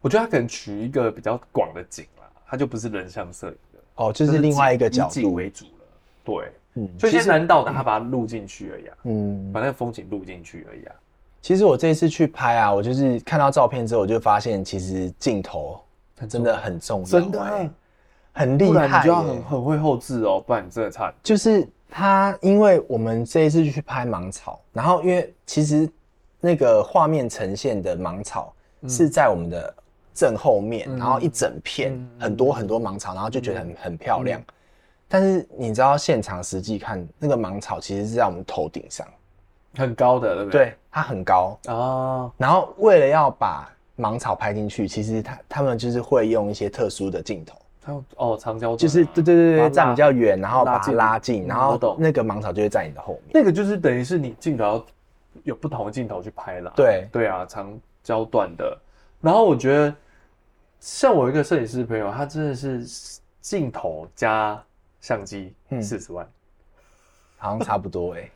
B: 我觉得它可能取一个比较广的景啦，它就不是人像摄影的，
A: 哦，就是另外一个角
B: 以景
A: 度，
B: 为主了。对，
A: 嗯，
B: 所以
A: 其
B: 现
A: 实
B: 在难到达，它把它录进去而已啊，
A: 嗯，
B: 把那个风景录进去而已啊。
A: 其实我这一次去拍啊，我就是看到照片之后，我就发现其实镜头真的很重要、
B: 真的
A: 欸
B: 欸，
A: 很厉
B: 不
A: 害、
B: 然你就要
A: 欸
B: 很很会后置哦，不然你真的差点。
A: 就是他，因为我们这一次去拍芒草，然后因为其实那个画面呈现的芒草
B: 嗯
A: 是在我们的正后面，然后一整片、
B: 嗯
A: 很多很多芒草，然后就觉得很、很漂亮。但是你知道现场实际看那个芒草其实是在我们头顶上，
B: 很高的，对不对？
A: 对，它很高，
B: 对啊，
A: 然后为了要把芒草拍进去，其实他他们就是会用一些特殊的镜头，
B: 它有哦长焦段啊
A: 就是对对对
B: 把
A: 对，
B: 它拉
A: 站比较远，然后把它拉
B: 拉
A: 近，
B: 近
A: 然
B: 嗯我
A: 后
B: 懂
A: 那个芒草就会在你的后面。
B: 那个就是等于是你镜头要有不同的镜头去拍啦。
A: 对
B: 对啊，长焦段的。然后我觉得，像我一个摄影师朋友，他真的是镜头加相机
A: 嗯
B: 四十万，
A: 好像差不多哎、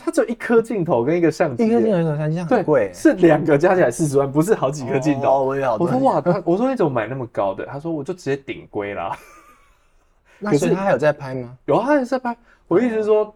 B: 它只有一颗镜头跟一个相机耶，
A: 一颗镜头一头三像很
B: 对，
A: 贵，
B: 是两个加起来四十万，不是好几颗镜
A: 哦
B: 头。
A: 我也好多。
B: 我说哇，他我说你怎么买那么高的？他说我就直接顶规啦。
A: 那
B: 可
A: 所以
B: 是
A: 他还有在拍吗？
B: 有啊，他也是在拍。我意思是
A: 哦
B: 说，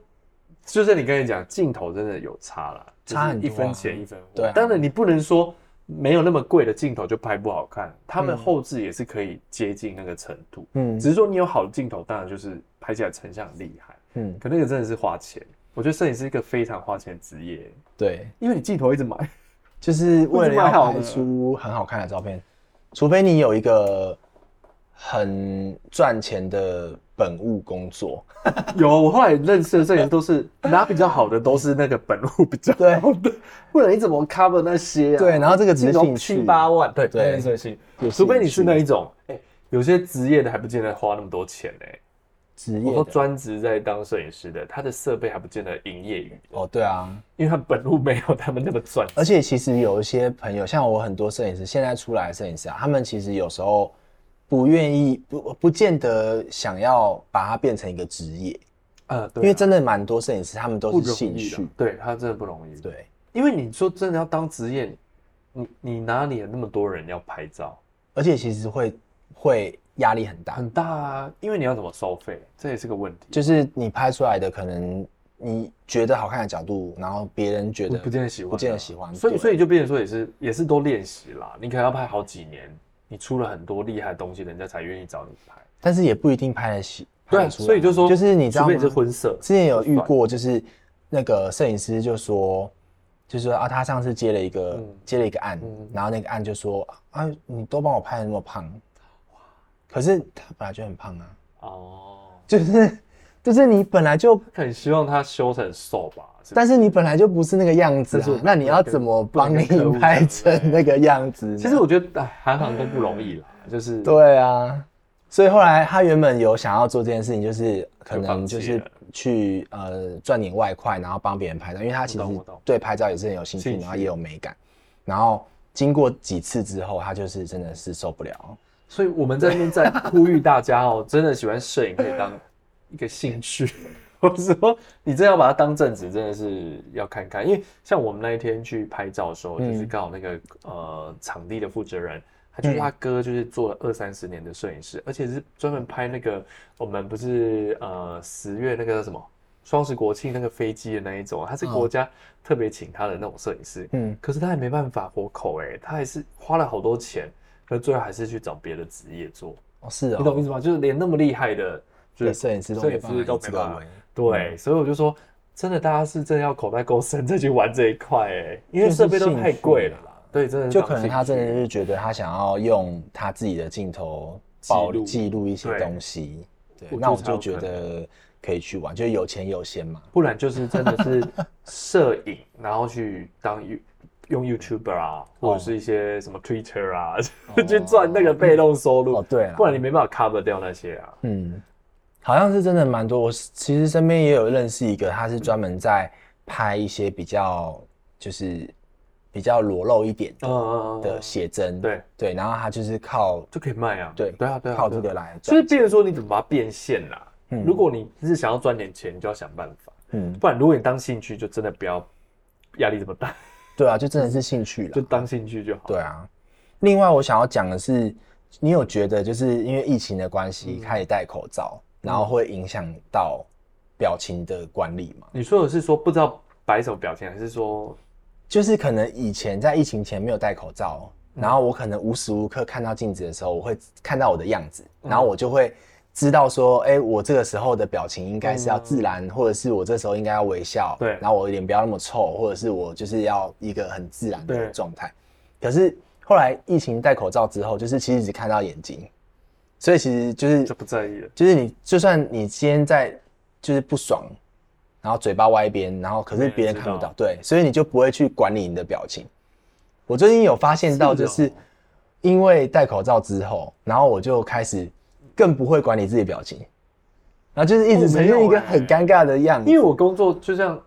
B: 就像你刚才讲，镜头真的有差啦，
A: 差很多啊
B: 就是一分钱一分货。
A: 对啊
B: 当然你不能说没有那么贵的镜头就拍不好看，他们后置也是可以接近那个程度。
A: 嗯
B: 只是说你有好的镜头，当然就是拍起来成像很厉害，
A: 嗯，
B: 可那个真的是花钱。我觉得摄影是一个非常花钱的职业，
A: 对，
B: 因为你镜头一直买，
A: 就是为了
B: 不是蛮
A: 要
B: 好
A: 拍
B: 的
A: 出很好看的照片，除非你有一个很赚钱的本务工作。
B: 有，我后来认识的摄影师都是 拿比较好的，都是那个本物比较
A: 对
B: 好 的，不然你怎么 cover 那些啊？
A: 对然后这个只是
B: 镜头
A: 兴趣
B: 七八万，对
A: 对
B: 那是兴
A: 有
B: 趣。除非你是
A: 兴趣
B: 那一种，哎、有些职业的还不见得花那么多钱呢、
A: 职
B: 我
A: 业
B: 说
A: 的
B: 专职在当摄影师的，他的设备还不见得营业余，
A: 哦，对啊，
B: 因为他本物没有他们那么赚。
A: 而且其实有一些朋友，像我很多摄影师，现在出来的摄影师啊，他们其实有时候不愿意，不不见得想要把它变成一个职业，
B: 呃，对啊
A: 因为真的蛮多摄影师他们
B: 不
A: 都是
B: 容
A: 兴
B: 易的
A: 趣，，
B: 对他真的不容易。，
A: 对，
B: 因为你说真的要当职业，你你哪里有那么多人要拍照？
A: 而且其实会会压力很大，
B: 很大啊，因为你要怎么收费，这也是个问题。
A: 就是你拍出来的可能你觉得好看的角度，然后别人觉
B: 不
A: 得
B: 不见得喜欢啊，
A: 不见得喜欢，
B: 所以
A: 对
B: 所以就变成说也是也是多练习啦。你可能要拍好几年，你出了很多厉害的东西，人家才愿意找你拍。
A: 但是也不一定拍得起，拍
B: 对，啊
A: 得出来
B: 所以就说
A: 就是你知道
B: 除
A: 吗
B: 非？是婚摄，
A: 之前有遇
B: 就算，
A: 过，就是那个摄影师就说，就说啊，他上次接了一个、
B: 嗯
A: 接了一个案，
B: 嗯
A: 然后那个案就说啊，你都帮我拍的那么胖，可是他本来就很胖啊，
B: 哦，
A: 就是就是你本来就，
B: 很希望他修成瘦吧。是
A: 但是你本来就不是那个样子
B: 但是我
A: 啊，那你要怎么帮你
B: 不能跟客户
A: 拍
B: 讲
A: 成那个样子呢？
B: 其实我觉得哎韩寒都不容易啦，就是
A: 对啊，所以后来他原本有想要做这件事情，就是可
B: 就放
A: 能
B: 弃
A: 就是
B: 了
A: 去呃赚点外快，然后帮别人拍照，因为他其实
B: 我懂我懂
A: 对拍照也是很有兴趣，
B: 兴趣
A: 然后也有美感。然后经过几次之后，他就是真的是受不了。
B: 所以我们在这边在呼吁大家哦，真的喜欢摄影可以当一个兴趣。 我说你真要把它当正职，真的是要看看，因为像我们那一天去拍照的时候，
A: 嗯
B: 就是刚好那个呃场地的负责人，他就是他哥，就是做了二三十年的摄影师，而且是专门拍那个我们不是呃十月那个叫什么双十国庆那个飞机的那一种，他是国家特别请他的那种摄影师，
A: 嗯，
B: 可是他也没办法活口哎、他还是花了好多钱，可是最后还是去找别的职业做，
A: 哦是
B: 你懂意
A: 哦，
B: 思吗？就是连那么厉害的，就
A: 对
B: 是
A: 摄影师都
B: 摄
A: 没
B: 影
A: 办法
B: 师
A: 一
B: 都嗯
A: 直
B: 没
A: 都
B: 办法
A: 为。
B: 对，所以我就说，真的大家是真的要口袋够深 再去玩这一块哎、因为设备都太贵了啦。对，真的是
A: 就
B: 长
A: 可能他
B: 兴
A: 真
B: 趣
A: 的就是觉得他想要用他自己的镜头保
B: 记录
A: 记录一些
B: 对
A: 东西，对，
B: 我
A: 那我
B: 觉得
A: 就觉
B: 才有可
A: 得可以去玩，就是有钱有闲嘛。
B: 不然就是真的是摄影，然后去当 You 用 YouTuber 啊，或者是一些什么 Twitter 啊， 去赚那个被动收入。
A: 哦对啦
B: 不然你没办法 cover 掉那些啊。
A: 嗯，好像是真的蛮多。我其实身边也有认识一个，他是专门在拍一些比较就是比较裸露一点
B: 嗯嗯嗯
A: 的写真，
B: 对
A: 对，然后他就是靠
B: 就可以卖啊。
A: 对
B: 对啊，对啊，
A: 靠
B: 对
A: 这
B: 啊
A: 个来
B: 就
A: 赚，
B: 是变成说你怎么把它变现啦、
A: 嗯
B: 如果你是想要赚点钱，你就要想办法。
A: 嗯，
B: 不然如果你当兴趣，就真的不要压力这么大，
A: 对啊，就真的是兴趣
B: 就
A: 了，
B: 当兴趣就好。
A: 对啊。另外，我想要讲的是，你有觉得就是因为疫情的关
B: 嗯
A: 系，开始戴口罩，然后会影响到表情的管理吗？
B: 你说的是说不知道摆什么表情，还是说
A: 就是可能以前在疫情前没有戴口罩，
B: 嗯
A: 然后我可能无时无刻看到镜子的时候，我会看到我的样子，
B: 嗯
A: 然后我就会知道说，哎、我这个时候的表情应该是要自然，或者是我这时候应该要微笑，
B: 嗯对
A: 然后我脸不要那么臭，或者是我就是要一个很自然的
B: 对
A: 状态。可是后来疫情戴口罩之后，就是其实只看到眼睛，所以其实就是
B: 就不在意了？
A: 就是你，就算你今天在就是不爽，然后嘴巴歪边，然后可是别人看不
B: 别人知
A: 到
B: 道，
A: 对，所以你就不会去管理你的表情。我最近有发现到，就是是
B: 哦
A: 因为戴口罩之后，然后我就开始更不会管理自己的表情，然后就是一直
B: 哦
A: 呈
B: 没有
A: 现一个
B: 欸
A: 很尴尬的样子。
B: 因为我工作就像，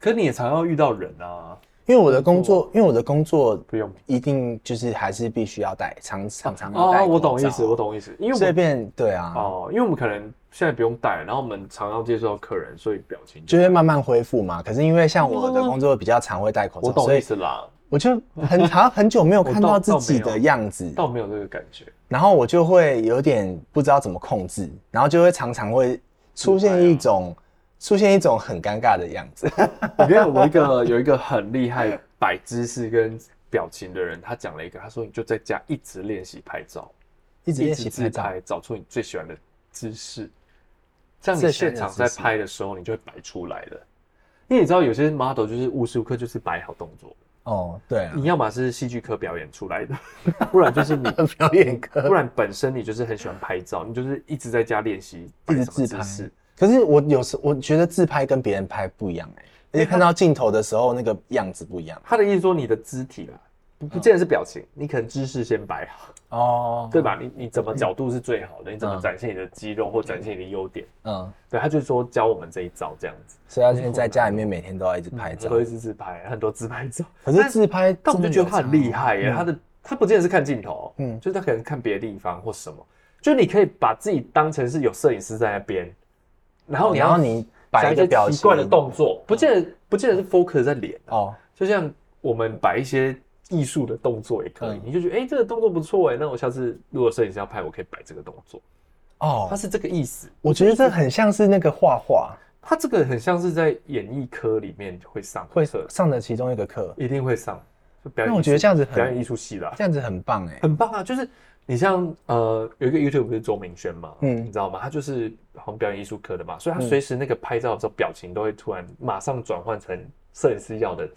B: 可是你也常要遇到人啊，
A: 因为我的工作，因为我的工作
B: 不用
A: 一定就是还是必须要戴，常常常要戴
B: 哦，
A: 口
B: 我懂意
A: 罩
B: 思，我懂意思，因为我
A: 所以
B: 们
A: 变对啊，
B: 哦，因为我们可能现在不用戴，然后我们常要接触到客人，所以表情
A: 就会慢慢恢复嘛。可是因为像我的工作比较常会戴口
B: 哦我
A: 罩，所
B: 懂意
A: 以
B: 思啦，
A: 我就很长很久没有看到
B: 我
A: 自
B: 倒
A: 己
B: 倒没
A: 的
B: 有
A: 样子，
B: 倒没有这个感觉。
A: 然后我就会有点不知道怎么控制，然后就会常常会出
B: 啊
A: 现一种出现一种很尴尬的样子。
B: 我跟你讲，我一个有一个很厉害摆姿势跟表情的人，他讲了一个，他说你就在家一直练习拍照，
A: 一直
B: 一
A: 练
B: 直
A: 习
B: 自
A: 拍照，
B: 拍，找出你最喜欢的姿势，这样
A: 最
B: 你
A: 喜欢
B: 现
A: 的
B: 场
A: 姿
B: 在
A: 势
B: 拍的时候，你就会摆出来的。因为你知道有些 model 就是无时无刻就是摆好动作，
A: 哦，对啊，
B: 你要么是戏剧科表演出来的， 不然就是你
A: 表演课
B: 不然本身你就是很喜欢拍照，你就是一直在家练习
A: 一
B: 摆
A: 直
B: 什么
A: 自
B: 姿
A: 拍
B: 势。。
A: 可是我有时我觉得自拍跟别人拍不一样哎、而且看到镜头的时候那个样子不一样
B: 他的意思说你的肢体啦，不
A: 嗯
B: 不见得是表情，你可能姿势先摆好，
A: 哦，
B: 对吧？你你怎么角度是最好的？你怎么
A: 嗯
B: 展现你的肌肉或展现你的优点？
A: 嗯，
B: 对，他就说教我们这一招这样子，
A: 所以他现在在家里面每天都要一直拍照，
B: 都一直自拍，很多自拍照。
A: 可是自拍
B: 嗯但我
A: 真的
B: 就觉
A: 有
B: 得他很
A: 差
B: 厉害耶，他的他不见得是看镜头，
A: 嗯
B: 嗯，就是他可能看别的地方或什么，就你可以把自己当成是有摄影师在那边，然后你
A: 哦然
B: 要
A: 后你摆
B: 想
A: 一个
B: 些
A: 表情嗯
B: 奇怪的动作，不见得不见得是 focus 在脸啊，
A: 哦，
B: 就像我们摆一些艺术的动作也可以
A: 嗯，
B: 你就觉得哎、诶这个动作不错哎，那我下次如果摄影师要拍，我可以摆这个动作，它
A: 哦，
B: 是这个意思。
A: 我觉得这很像是那个画画
B: 它这个很像是在演艺科里面会上
A: 会
B: 课，
A: 上的其中一个课，
B: 一定会上。就表演
A: 那我
B: 艺术
A: 觉得这样子很
B: 表演艺术系啦，
A: 这样子很棒哎、
B: 很棒啊！就是你像呃，有一个 YouTube 不是周明轩嘛，
A: 嗯
B: 嗯，你知道吗？他就是好像表演艺术科的嘛，所以他随时那个拍照的时候表情都会突然马上转换成摄影师要的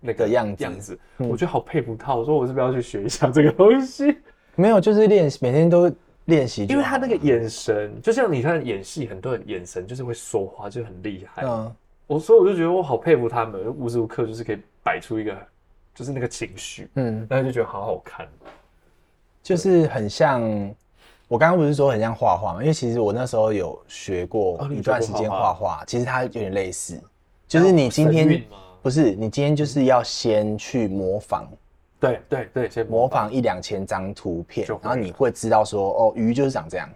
B: 那个
A: 的样子嗯
B: 样子，我觉得好佩服他。我说我是不是要去学一下这个 东
A: 啊
B: 西？
A: 没有，就是练习，每天都练习就好，
B: 因为他那个眼神，就像你看演戏，很多人眼神就是会说话，就很厉害。
A: 嗯，
B: 我所以我就觉得我好佩服他们，无时无刻就是可以摆出一个就是那个情绪，
A: 嗯，
B: 然后就觉得好好看。
A: 就是很像我刚刚不是说很像画画嘛？因为其实我那时候有学过
B: 哦
A: 一
B: 你学过
A: 段时间
B: 画
A: 画
B: 画
A: 画，其实它有点类似，就是你今
B: 神韵
A: 天
B: 吗
A: 不是你今天就是要先去模仿
B: 对对对，先
A: 模仿一两千张图片
B: 就，会
A: 然后你会知道说哦，鱼就是长这样，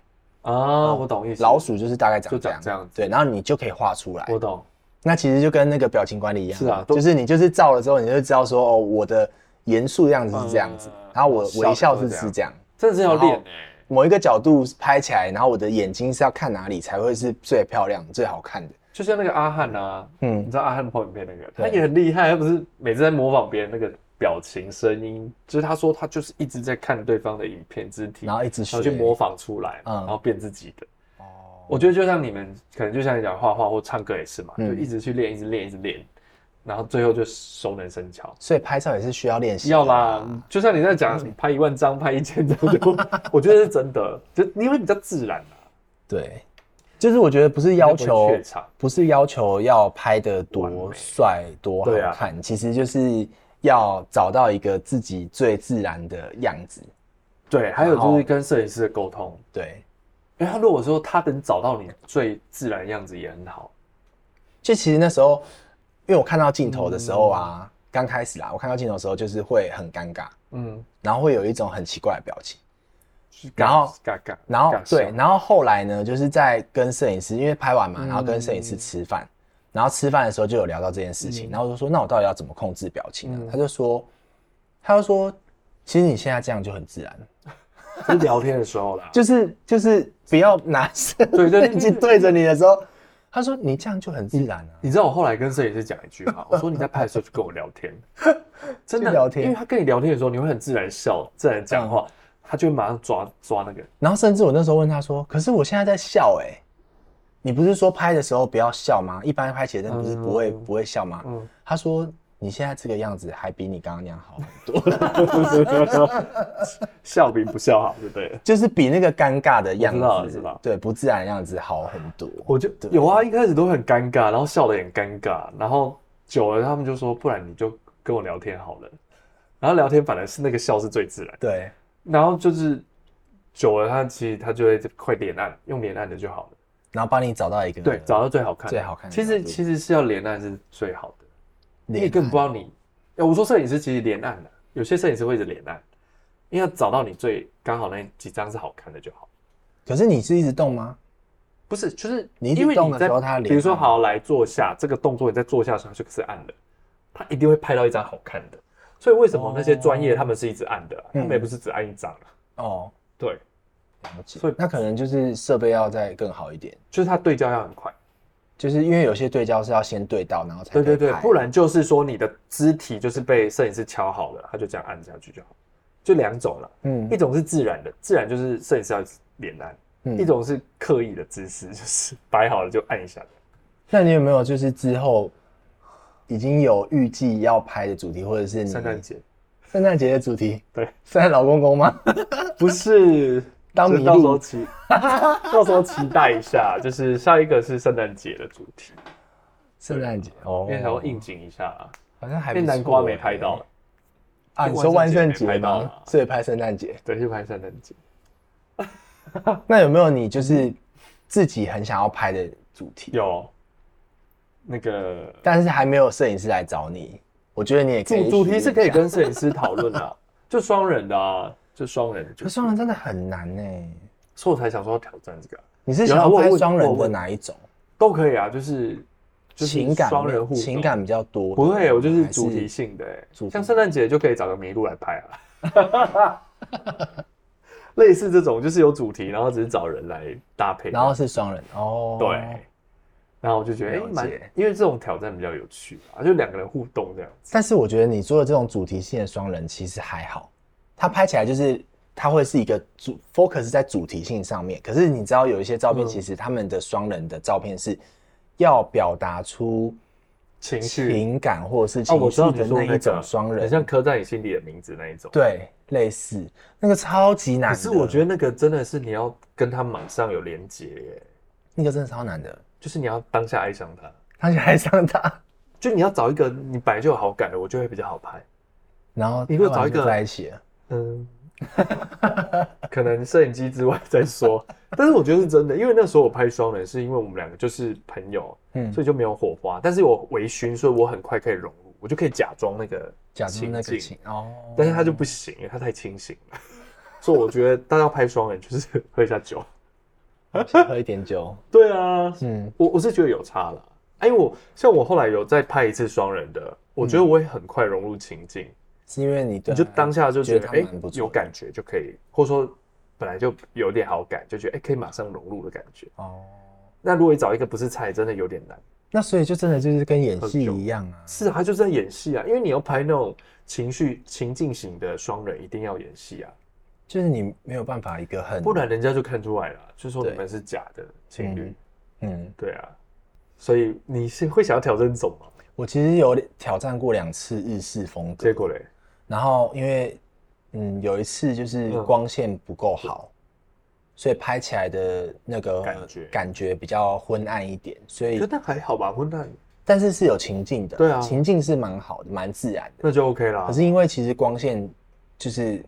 B: 啊，我懂意思。
A: 老鼠就是大概
B: 就
A: 长这
B: 长
A: 样，
B: 这样子
A: 对，然后你就可以画出来。
B: 我懂，
A: 那其实就跟那个表情管理一样，
B: 是啊都
A: 就是你就是照了之后，你就知道说哦，我的严肃样子是这样子，
B: 嗯
A: 然后我微笑
B: 笑的
A: 是
B: 时候
A: 是这样，
B: 真的是要
A: 然后
B: 练哎、
A: 某一个角度拍起来，然后我的眼睛是要看哪里才会是最漂亮、最好看的。
B: 就像那个阿汉啊，
A: 嗯
B: 你知道阿汉泡影片那个，
A: 对
B: 他也很厉害，他不是每次在模仿别人那个表情、声音，就是他说他就是一直在看对方的影片、肢体，
A: 然后一直
B: 然后去
A: 学
B: 模仿出来，
A: 嗯
B: 然后变自己的。
A: 哦，
B: 我觉得就像你们，可能就像你讲画画或唱歌也是嘛，
A: 嗯
B: 就一直去练，一直练，一直练，然后最后就熟能生巧。
A: 所以拍照也是需要练习。
B: 要啦，，就像你在讲什么拍一万张、拍一千张，就 我觉得是真的，就你会比较自然啦、
A: 对，就是我觉得不是要求
B: 比较不会怯场
A: 不是要求要拍的
B: 完
A: 多
B: 美
A: 帅多好
B: 对啊
A: 看，其实就是要找到一个自己最自然的样子。
B: 对，还有
A: 然
B: 就
A: 后
B: 是跟摄影师的沟通，
A: 对，
B: 因为他如果说他能找到你最自然的样子也很好，
A: 就其实那时候，因为我看到镜头的时候啊，刚、开始啦，我看到镜头的时候就是会很尴尬，
B: 嗯，
A: 然后会有一种很奇怪的表情。然后
B: 嘎嘎，
A: 然后
B: 尬笑
A: 对，然后后来呢，就是在跟摄影师，因为拍完
B: 嗯
A: 嘛，然后跟摄影师吃饭，然后吃饭的时候就有聊到这件事情，
B: 嗯
A: 然后我就说，那我到底要怎么控制表情呢？啊他就说，他就说，其实你现在这样就很自然，啊
B: 就是聊天的时候啦，
A: 就是就是不要拿摄
B: 对对
A: 影机对着你的时候，他说你这样就很自然啊，
B: 你知道我后来跟摄影师讲一句话，我说你在拍的时候就跟我聊天，真的
A: 就聊天
B: 因为他跟你聊天的时候，你会很自然笑、自然讲话，他就会马上抓抓那个，
A: 然后甚至我那时候问他说，可是我现在在笑哎、你不是说拍的时候不要笑吗？一般拍写真不是不会、不会笑吗？
B: 嗯，
A: 他说你现在这个样子还比你刚刚那样好。
B: 笑比不笑好，对不对？
A: 就是比那个尴尬的样
B: 我知道我
A: 子
B: 知道，
A: 对不自然的样子好很多。
B: 我就有啊，一开始都很尴尬，然后笑得也很尴尬，然后久了他们就说，不然你就跟我聊天好了。然后聊天反而是那个笑是最自然，
A: 对，
B: 然后就是久了他其实他就会快脸暗，用脸暗的就好了。
A: 然后帮你找到一个
B: 对，找到最好看的，
A: 最好看的
B: 其
A: 角
B: 实
A: 度
B: 其实是要脸暗是最好的，你
A: 脸
B: 也根本不知道你哎我说摄影师其实连按的，有些摄影师会一直连按，因为要找到你最刚好那几张是好看的就好。
A: 可是你是一直动吗？
B: 不是，就是
A: 你一直
B: 因为
A: 动的
B: 在
A: 时候它连
B: 比如说
A: 按
B: 好来坐下这个动作，你在坐下的时候它就是按的，它一定会拍到一张好看的。所以为什么那些专业他们是一直按的啊、
A: 嗯
B: 他们也不是只按一张啊、
A: 哦，
B: 对，
A: 了解
B: 所以
A: 那可能就是设备要再更好一点，
B: 就是它对焦要很快。
A: 就是因为有些对焦是要先对到，然后才
B: 对对对
A: 可以，拍
B: 不然就是说你的肢体就是被摄影师敲好了，他就这样按下去就好。就两种了，
A: 嗯
B: 一种是自然的，自然就是摄影师要脸按；
A: 嗯
B: 一种是刻意的姿势，就是摆好了就按一下。
A: 那你有没有就是之后已经有预计要拍的主题，或者是你
B: 圣诞节
A: 嗯圣诞节的主题？
B: 对，
A: 圣诞老公公 吗？
B: 不是
A: 当
B: 就是
A: 迷
B: 到时候
A: 路
B: 期，到时候期待一下，就是下一个是圣诞节的主题，
A: 圣诞节哦
B: 因为想要应景一下、啊，
A: 好像还不
B: 因为
A: 错
B: 南瓜没拍
A: 欸
B: 到，
A: 啊？
B: 因
A: 你
B: 为
A: 说万圣
B: 万圣节没
A: 节
B: 拍到啊
A: 吗
B: 嘛？
A: 所以拍圣诞节。
B: 对，去拍圣诞节。
A: 那有没有你
B: 嗯
A: 就是自己很想要拍的主题，
B: 有那个
A: 但是还没有摄影师来找你？我觉得你也可以
B: 主主题是可
A: 询问一
B: 以
A: 下，
B: 跟摄影师讨论的啊， 就双人的啊，就双人的主
A: 可
B: 题，
A: 是双人真的很难呢、
B: 所以我才想说要挑战这个啊，
A: 你是
B: 有
A: 想
B: 啊
A: 要
B: 我有
A: 拍
B: 问
A: 双
B: 我
A: 人
B: 有
A: 的
B: 问
A: 哪一种？
B: 都可以啊，就是就是
A: 情感
B: 双人
A: 类
B: 互动
A: 情感比较多的吗，
B: 不会，我就是
A: 哦还
B: 主题性的、欸
A: 主，题
B: 像圣诞节就可以找个麋鹿来拍啊， 类似这种就是有主题，然后只是找人来搭配，
A: 然后是双人哦，
B: 对，然后我就觉得哎
A: 了解
B: 蛮、因为这种挑战比较有趣啊，就两个人互动这样子，
A: 但是我觉得你做的这种主题性的双人其实还好，它拍起来就是它会是一个主 focus 在主题性上面。可是你知道有一些照片，
B: 嗯
A: 其实他们的双人的照片是要表达出
B: 情绪
A: 情感或者是
B: 啊，
A: 情
B: 我知道
A: 绪
B: 你
A: 的
B: 说
A: 那
B: 的那
A: 一种
B: 个
A: 双
B: 很
A: 人，
B: 像刻在你心里的名字那一种，
A: 对，类似那个超级难
B: 可
A: 的。
B: 是我觉
A: 得
B: 得那个真的是你要跟他马上有连接耶，
A: 那个真的超难的，
B: 就是你要当下爱上他，
A: 而且还上 他，
B: 就你要找一个你本来就有好感的，我就会比较好拍。
A: 然后
B: 你如果找一个
A: 他们就在一起了，
B: 嗯，可能摄影机之外再说，但是我觉得是真的，因为那时候我拍双人是因为我们两个就是朋友，
A: 嗯
B: 所，以就没有火花，但是我微醺，所以我很快可以融入，我就可以假装那个
A: 假装那个
B: 情
A: 情
B: 境，
A: 哦，
B: 但是他就不行，因为他太清醒了，所以我觉得大家拍双人就是 喝一下酒，
A: 先喝一点酒，
B: 对啊，
A: 嗯，
B: 我我是觉得有差了，哎，因为我像我后来有再拍一次双人的，我
A: 嗯
B: 觉得我也很快融入情境，
A: 是因为你对
B: 你就
A: 他
B: 当下就
A: 觉
B: 觉得
A: 得
B: 哎、
A: 他蛮不错的
B: 有感觉就可以，或者说本来就有点好感，就觉得哎、可以马上融入的感觉。
A: 哦。
B: 那如果你找一个不是菜，真的有点难。
A: 那所以就真的就是跟演戏一样啊，
B: 是啊，他就是在演戏啊，因为你要拍那种情绪情境型的双人，一定要演戏啊，
A: 就是你没有办法一个很
B: 不然人家就看出来了，就说
A: 嗯对
B: 你们是假的情侣。
A: 嗯，
B: 对啊，所以你是会想要挑战这种吗？
A: 我其实有挑战过两次日式风格
B: 结，果嘞，
A: 然后因为嗯有一次就是
B: 嗯
A: 光线不够好，所以拍起来的那个
B: 感觉
A: 感觉比较昏暗一点，所
B: 觉
A: 以
B: 得还好吧，昏暗
A: 但是是有情境的，
B: 对啊啊
A: 情境是蛮好的，蛮自然的。
B: 那就 OK 啦。
A: 可是因为其实光线就是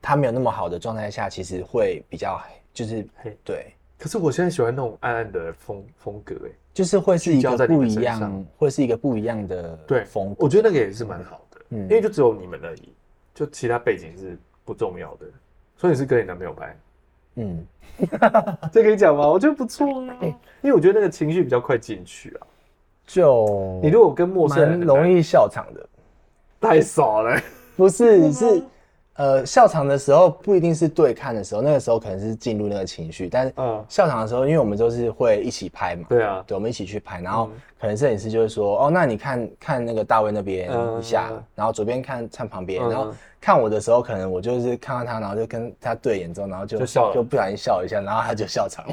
A: 它没有那么好的状态下，其实会比较就是
B: 嘿
A: 对。
B: 可是我现在喜欢那种暗暗的风风格、欸，
A: 就是会是一
B: 聚焦在
A: 个
B: 你
A: 不
B: 的
A: 一
B: 身上
A: 样，会是一个不一样的
B: 对
A: 风格。
B: 我觉得那个也是蛮好的，
A: 嗯
B: 因为就只有你们而已，就其他背景是不重要的。所以你是跟你男朋友拍，
A: 嗯，
B: 啊这可以讲吗？我觉得不错啊，因为我觉得那个情绪比较快进去啊。
A: 就
B: 你如果跟陌生人
A: 蛮
B: 很难，
A: 容易笑场的，
B: 太少了，
A: 不是是呃笑场的时候不一定是对看的时候，那个时候可能是进入那个情绪，但是
B: 嗯，
A: 笑场的时候，因为我们都是会一起拍嘛，
B: 对啊，
A: 对，我们一起去拍，然后
B: 嗯
A: 可能摄影师就会说，哦，那你看看那个大卫那边
B: 嗯
A: 一下，然后左边看看旁边，
B: 嗯
A: 然后看我的时候，可能我就是看到他，然后就跟他对眼之后，然后就
B: 就笑了
A: 就不小心笑一下，然后他就笑场，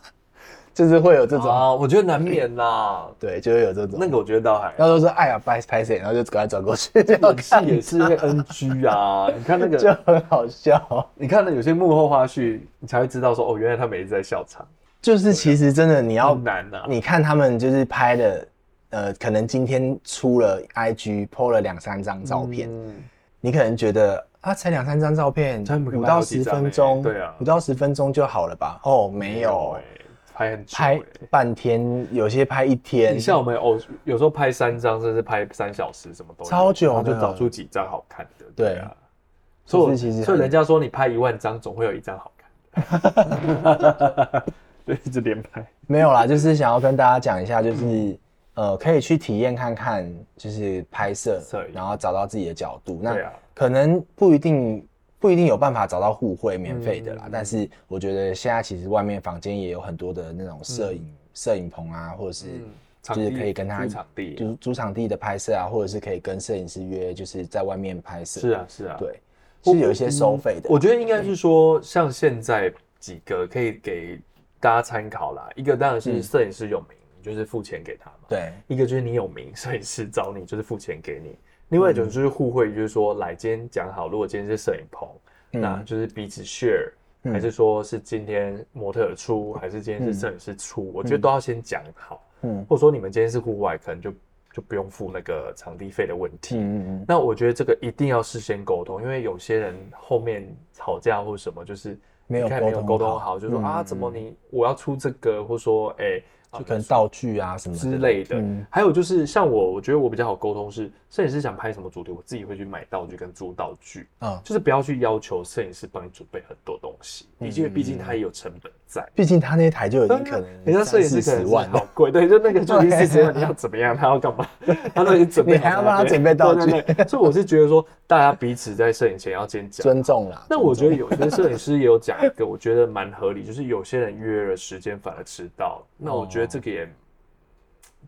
A: 就是会有这种，
B: 啊，我觉得难免啦。
A: 对，就会有这种，
B: 那个我觉得倒还
A: 然后都说哎呀拍拍谁，然后就赶快转过去， 这样
B: 演戏
A: 看
B: 也是会 NG 啊。你看那
A: 就
B: 个，
A: 很好笑，
B: 你看那有些幕后花絮，你才会知道说哦，原来他们一直在笑场，
A: 就是其实真的你要
B: 好难啊。
A: 你看他们就是拍的，呃，可能今天出了 IG PO 了两三张照片，
B: 嗯
A: 你可能觉得啊，才两三张照片
B: 才，没
A: 五
B: 拍好
A: 到
B: 几
A: 十
B: 张
A: 分
B: 欸
A: 钟，
B: 对啊
A: 五到十分钟就好了吧？哦，没有，
B: 欸拍很久、欸
A: 拍，半天，有些拍一天
B: 你，像我们偶有时候拍三张，甚至拍三小时，什么都有
A: 超久的
B: 然后就找出几张好看的。
A: 对
B: 啊，所
A: 就
B: 以
A: 是其实
B: 所以
A: 很
B: 人家说你拍一万张，总会有一张好看 的。对，一直连拍。
A: 没有啦，就是想要跟大家讲一下，就是呃，可以去体验看看，就是拍摄
B: 摄，影
A: 然后找到自己的角度。那
B: 对啊
A: 可能不一定不一定有办法找到互惠免费的啦，
B: 嗯
A: 但是我觉得现在其实外面房间也有很多的那种摄影摄、影棚啊，或者是
B: 嗯，
A: 就
B: 场
A: 是
B: 地
A: 可以跟他
B: 租场地。
A: 主主场地的拍摄啊，或者是可以跟摄影师约，就是在外面拍摄。
B: 是啊，是啊。嗯
A: 对，是有一些收费的。
B: 我觉得应该是说，像现在几个可以给大家参考啦。一个当然是
A: 嗯
B: 摄影师有名，你就是付钱给他嘛。
A: 对，
B: 一个就是你有名，摄影师找你就是付钱给你；，另外一
A: 嗯
B: 种就是互惠，就是说来今天讲好，如果今天是摄影棚，那就是彼此 share，、
A: 嗯
B: 还是说是今天模特儿出，还是今天是摄影师出？我觉得都要先讲好，
A: 嗯
B: 或者说你们今天是户外，可能就就不用付那个场地费的问题。
A: 嗯嗯
B: 那我觉得这个一定要事先沟通，因为有些人后面吵架或什么，就是
A: 没有
B: 一开始没有
A: 沟通
B: 沟通
A: 好
B: 好，就说、
A: 嗯
B: 啊，怎么你我要出这个，或说哎、
A: 嗯，
B: 啊
A: 就可能道具啊什么
B: 之
A: 的。
B: 类的。
A: 嗯
B: 还有就是像我，我觉得我比较好沟通是，摄影师想拍什么主题，我自己会去买道具跟租道具，
A: 嗯，
B: 就是不要去要求摄影师帮你准备很多东西，
A: 嗯
B: 因为毕竟他也有成本在。
A: 毕竟他那台就已经可能
B: 啊人家摄影
A: 三
B: 师可
A: 四十
B: 能是
A: 万了
B: 好。贵，对，就那个就已经四十万，你要怎么样，他 要干嘛，他都已经准备好，
A: 你还要帮他准备道具
B: 对对对所以我是觉得说，大家彼此在摄影前要先讲。
A: 尊重啦。嗯
B: 那我觉
A: 得
B: 得有些摄影师也有讲一个，我觉得蛮合理，就是有些人约了时间反而迟到。那我觉得这个也，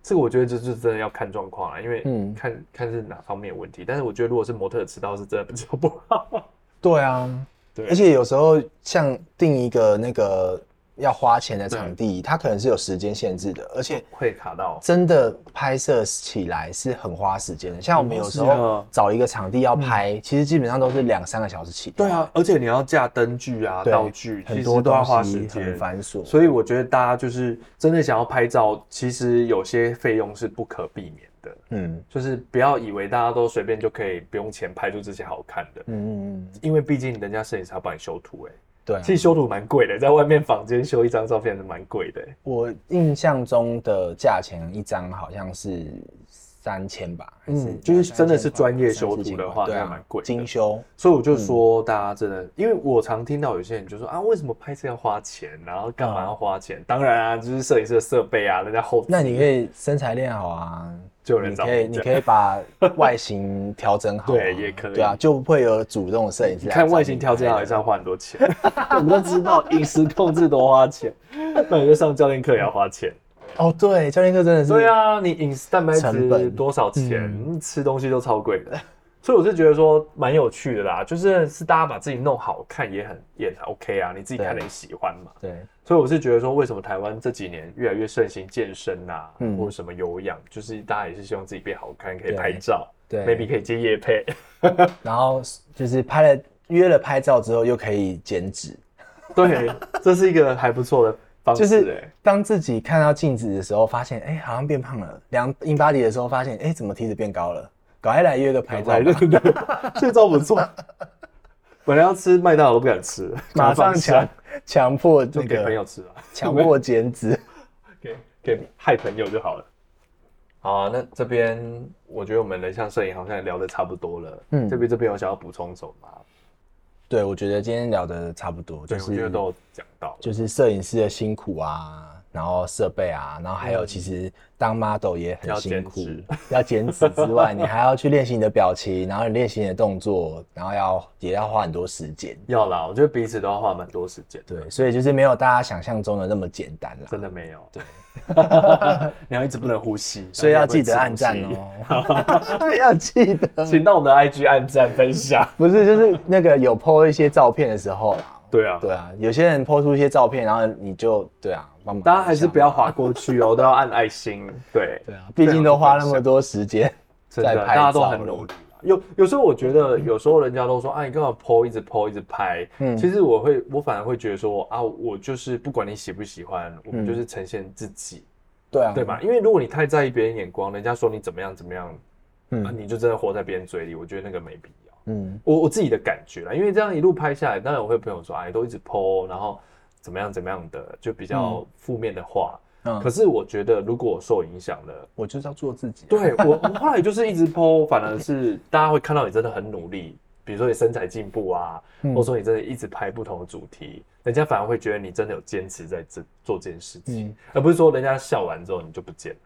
B: 这个我觉得就是真的要看状况啊，因为
A: 嗯
B: 看、看是哪方面有问题。但是我觉得如果是模特迟到，是真的比较不好。
A: 对啊，
B: 对
A: 而且有时候像定一个那个要花钱的场地，它可能是有时间限制的，而且
B: 会卡到。
A: 真的拍摄起来是很花时间的。像我们有时
B: 是
A: 候
B: 啊
A: 找一个场地要拍，其实基本上都是两三个小时起。
B: 对，啊，而且你要架灯具啊、
A: 对
B: 道具，其
A: 很
B: 实
A: 多
B: 都要花
A: 东
B: 时
A: 西
B: 间
A: 很。繁琐。
B: 所以我觉得大家就是真的想要拍照，其实有些费用是不可避免的，
A: 嗯
B: 就是不要以为大家都随便就可以不用钱拍出这些好看的。
A: 嗯嗯嗯，
B: 因为毕竟人家摄影师要帮你修图、欸，
A: 对啊、
B: 其实修图蛮贵的，在外面房间修一张照片是蛮贵的、欸
A: 我印象中的价钱一张好像是三千吧，还是
B: 嗯就是真的是
A: 3000块
B: 专业修图的话
A: 3000块对
B: 那
A: 啊
B: 蛮贵的
A: 精修，
B: 所以我就说大家真的，因为我常听到有些人就说啊，为什么拍摄要花钱，然后干嘛要花钱？当然啊，就是摄影师的设备啊，人家后
A: 那你可以身材练好啊，
B: 就有人
A: 你
B: 找
A: 可以
B: 你
A: 你
B: 这样
A: 可以 把外形调整好啊、
B: 对也可以
A: 对啊，就不会有主动摄影师
B: 你
A: 来
B: 看
A: 找
B: 外形调整好
A: 拍
B: 也
A: 的
B: 是要花很多钱， 我们都知道饮食控制多花钱， 那你就上教练课也要花钱。
A: 哦，对，教练课真的是
B: 对，啊，你饮食蛋白
A: 嗯成本嗯
B: 质多少钱？吃东西都超贵的，所以我是觉得说蛮有趣的啦，就是是大家把自己弄好看也很也很 OK 啊，你自己看了也喜欢嘛。
A: 对，
B: 所以我是觉得说，为什么台湾这几年越来越盛行健身呐、啊，
A: 嗯
B: 或者什么有氧，就是大家也是希望自己变好看，可以
A: 对
B: 拍照，
A: 对
B: ，maybe 可以接夜配，
A: 然后就是拍了约了拍照之后又可以减脂，
B: 对，这是一个还不错的方式、
A: 就
B: 欸，
A: 是当自己看到镜子的时候，发现哎、好像变胖了；量 in body 的时候，发现哎、怎么体脂变高了？赶快来约个拍照吧，
B: 来，对对对， 这招不错。本来要吃麦当劳都不敢吃，
A: 马 上强强迫
B: 就
A: 那
B: 给朋
A: 个
B: 友吃啊。
A: 强迫减脂。
B: 给给害朋友就好了。好啊，那这边我觉得我们人像摄影好像也聊得差不多了。
A: 嗯
B: 嗯，这边这边有想要补充什么吗？
A: 对，我觉得今天聊的差不多，就
B: 对，我觉
A: 是
B: 得都有讲到。
A: 就是摄影师的辛苦啊，然后设备啊，然后还有其实当 model 也很
B: 嗯要
A: 辛
B: 减
A: 苦
B: 脂，
A: 要减脂之外，你还要去练习你的表情，然后你练习你的动作，然后要也要花很多时间。
B: 要啦，我觉得彼此都要花蛮多时间，
A: 对，所以就是没有大家想象中的那么简单啦。
B: 真的 没有。对，你要一直不能呼吸，
A: 所以要记得按赞
B: 然后
A: 哦， 要记
B: 也不能吃东西。
A: 得，
B: 请到我们的 IG 按赞分享。
A: 不是就是那个有 po 一些照片的时候啊，
B: 对啊，
A: 对啊，有些人 po 出一些照片，然后你就对啊，帮忙
B: 大家还是不
A: 要，
B: 要划过去哦，都要按爱心。对，
A: 对啊，毕竟都花那么多时间
B: 真的，
A: 在拍
B: 大家都
A: 照
B: 很
A: 了
B: 努力啦。有有时候我觉得，有时候人家都说，啊，你干嘛 PO 一直 PO 一直拍？
A: 嗯
B: 其实我会，我反而会觉得说，啊，我就是不管你喜不喜欢，
A: 嗯
B: 我们就是呈现自己，
A: 对啊，
B: 对吧？？因为如果你太在意别人眼光，人家说你怎么样怎么样，
A: 嗯
B: 啊，你就真的活在别人嘴里，我觉得那个没必要。
A: 嗯，
B: 啊我我自己的感觉啦，因为这样一路拍下来，当然我会有朋友说，哎，都一直 PO，然后怎么样怎么样的，就比较负面的话。
A: 嗯
B: 可是我觉得，如果我受影响了，
A: 我就是要做自己啊、
B: 对我我后来就是一直 PO，反而是大家会看到你真的很努力，比如说你身材进步啊，
A: 嗯
B: 或者说你真的一直拍不同的主题，人家反而会觉得你真的有坚持在这做这件事情，
A: 嗯
B: 而不是说人家笑完之后你就不见了。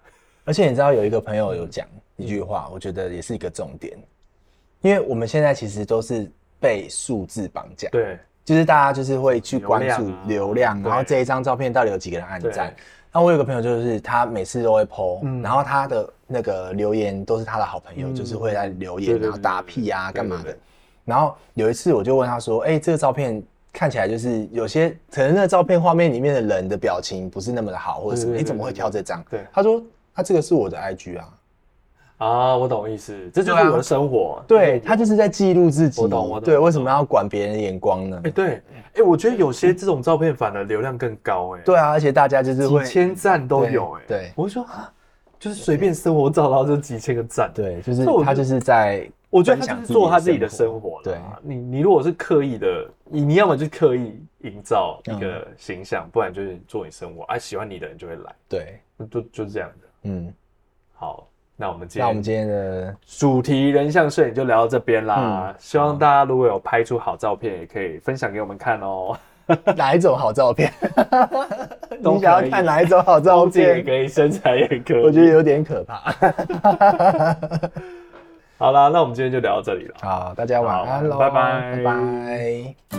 A: 而且你知道有一个朋友有讲一句话，我觉得也是一个重点，因为我们现在其实都是被数字绑架，
B: 对
A: 就是大家就是会去关
B: 流
A: 注
B: 量啊
A: 流量，
B: 对
A: 然后这一张照片到底有几个人按赞
B: 对。
A: 那我有个朋友就是他每次都会 PO，、
B: 嗯
A: 然后他的那个留言都是他的好朋友，
B: 嗯
A: 就是会来留
B: 对
A: 言，
B: 对对
A: 然后打屁啊
B: 对对
A: 干嘛的
B: 对对。
A: 然后有一次我就问他说：“哎、这个照片看起来就是有些可能那照片画面里面的人的表情不是那么的好，或者什么，
B: 对对对
A: 你怎么会挑这张？”
B: 对
A: 他说：“他、这个是我的 IG 啊。”
B: 啊，我懂意思，这就
A: 对啊
B: 是我的生活。
A: 对他就是在记录自己，
B: 我懂我懂
A: 对，为什么要管别人的眼光呢？
B: 哎、对，哎、我觉得有些这种照片反而流量更高、哎，
A: 对啊，而且大家就是会
B: 几千赞都
A: 对
B: 有、哎，
A: 对
B: 我就说啊，就是随便生活照，然后就几千个赞，，
A: 对，就是
B: 这我
A: 他
B: 就
A: 就是在，
B: 我觉得他就是做他自己的生活啦
A: 对
B: 你你如果是刻意的，你你要么就是刻意营造一个
A: 嗯
B: 形象，不然就是做你生活，啊，喜欢你的人就会来，
A: 对，
B: 就就这样的。
A: 嗯，
B: 好，那我们今
A: 那我
B: 天
A: 们今天的
B: 主题人像摄影就聊到这边
A: 嗯
B: 啦，希望大家如果有拍出好照片，也可以分享给我们看哦。
A: 哪一种好照 片？
B: 都可以
A: 你想要看哪一种好照
B: 风景也
A: 片？
B: 可以，身材也可以。
A: 我觉得有点可怕。
B: 好啦，那我们今天就聊到这里了。
A: 好，大家晚安喽，
B: 好拜
A: 拜
B: 拜
A: 拜。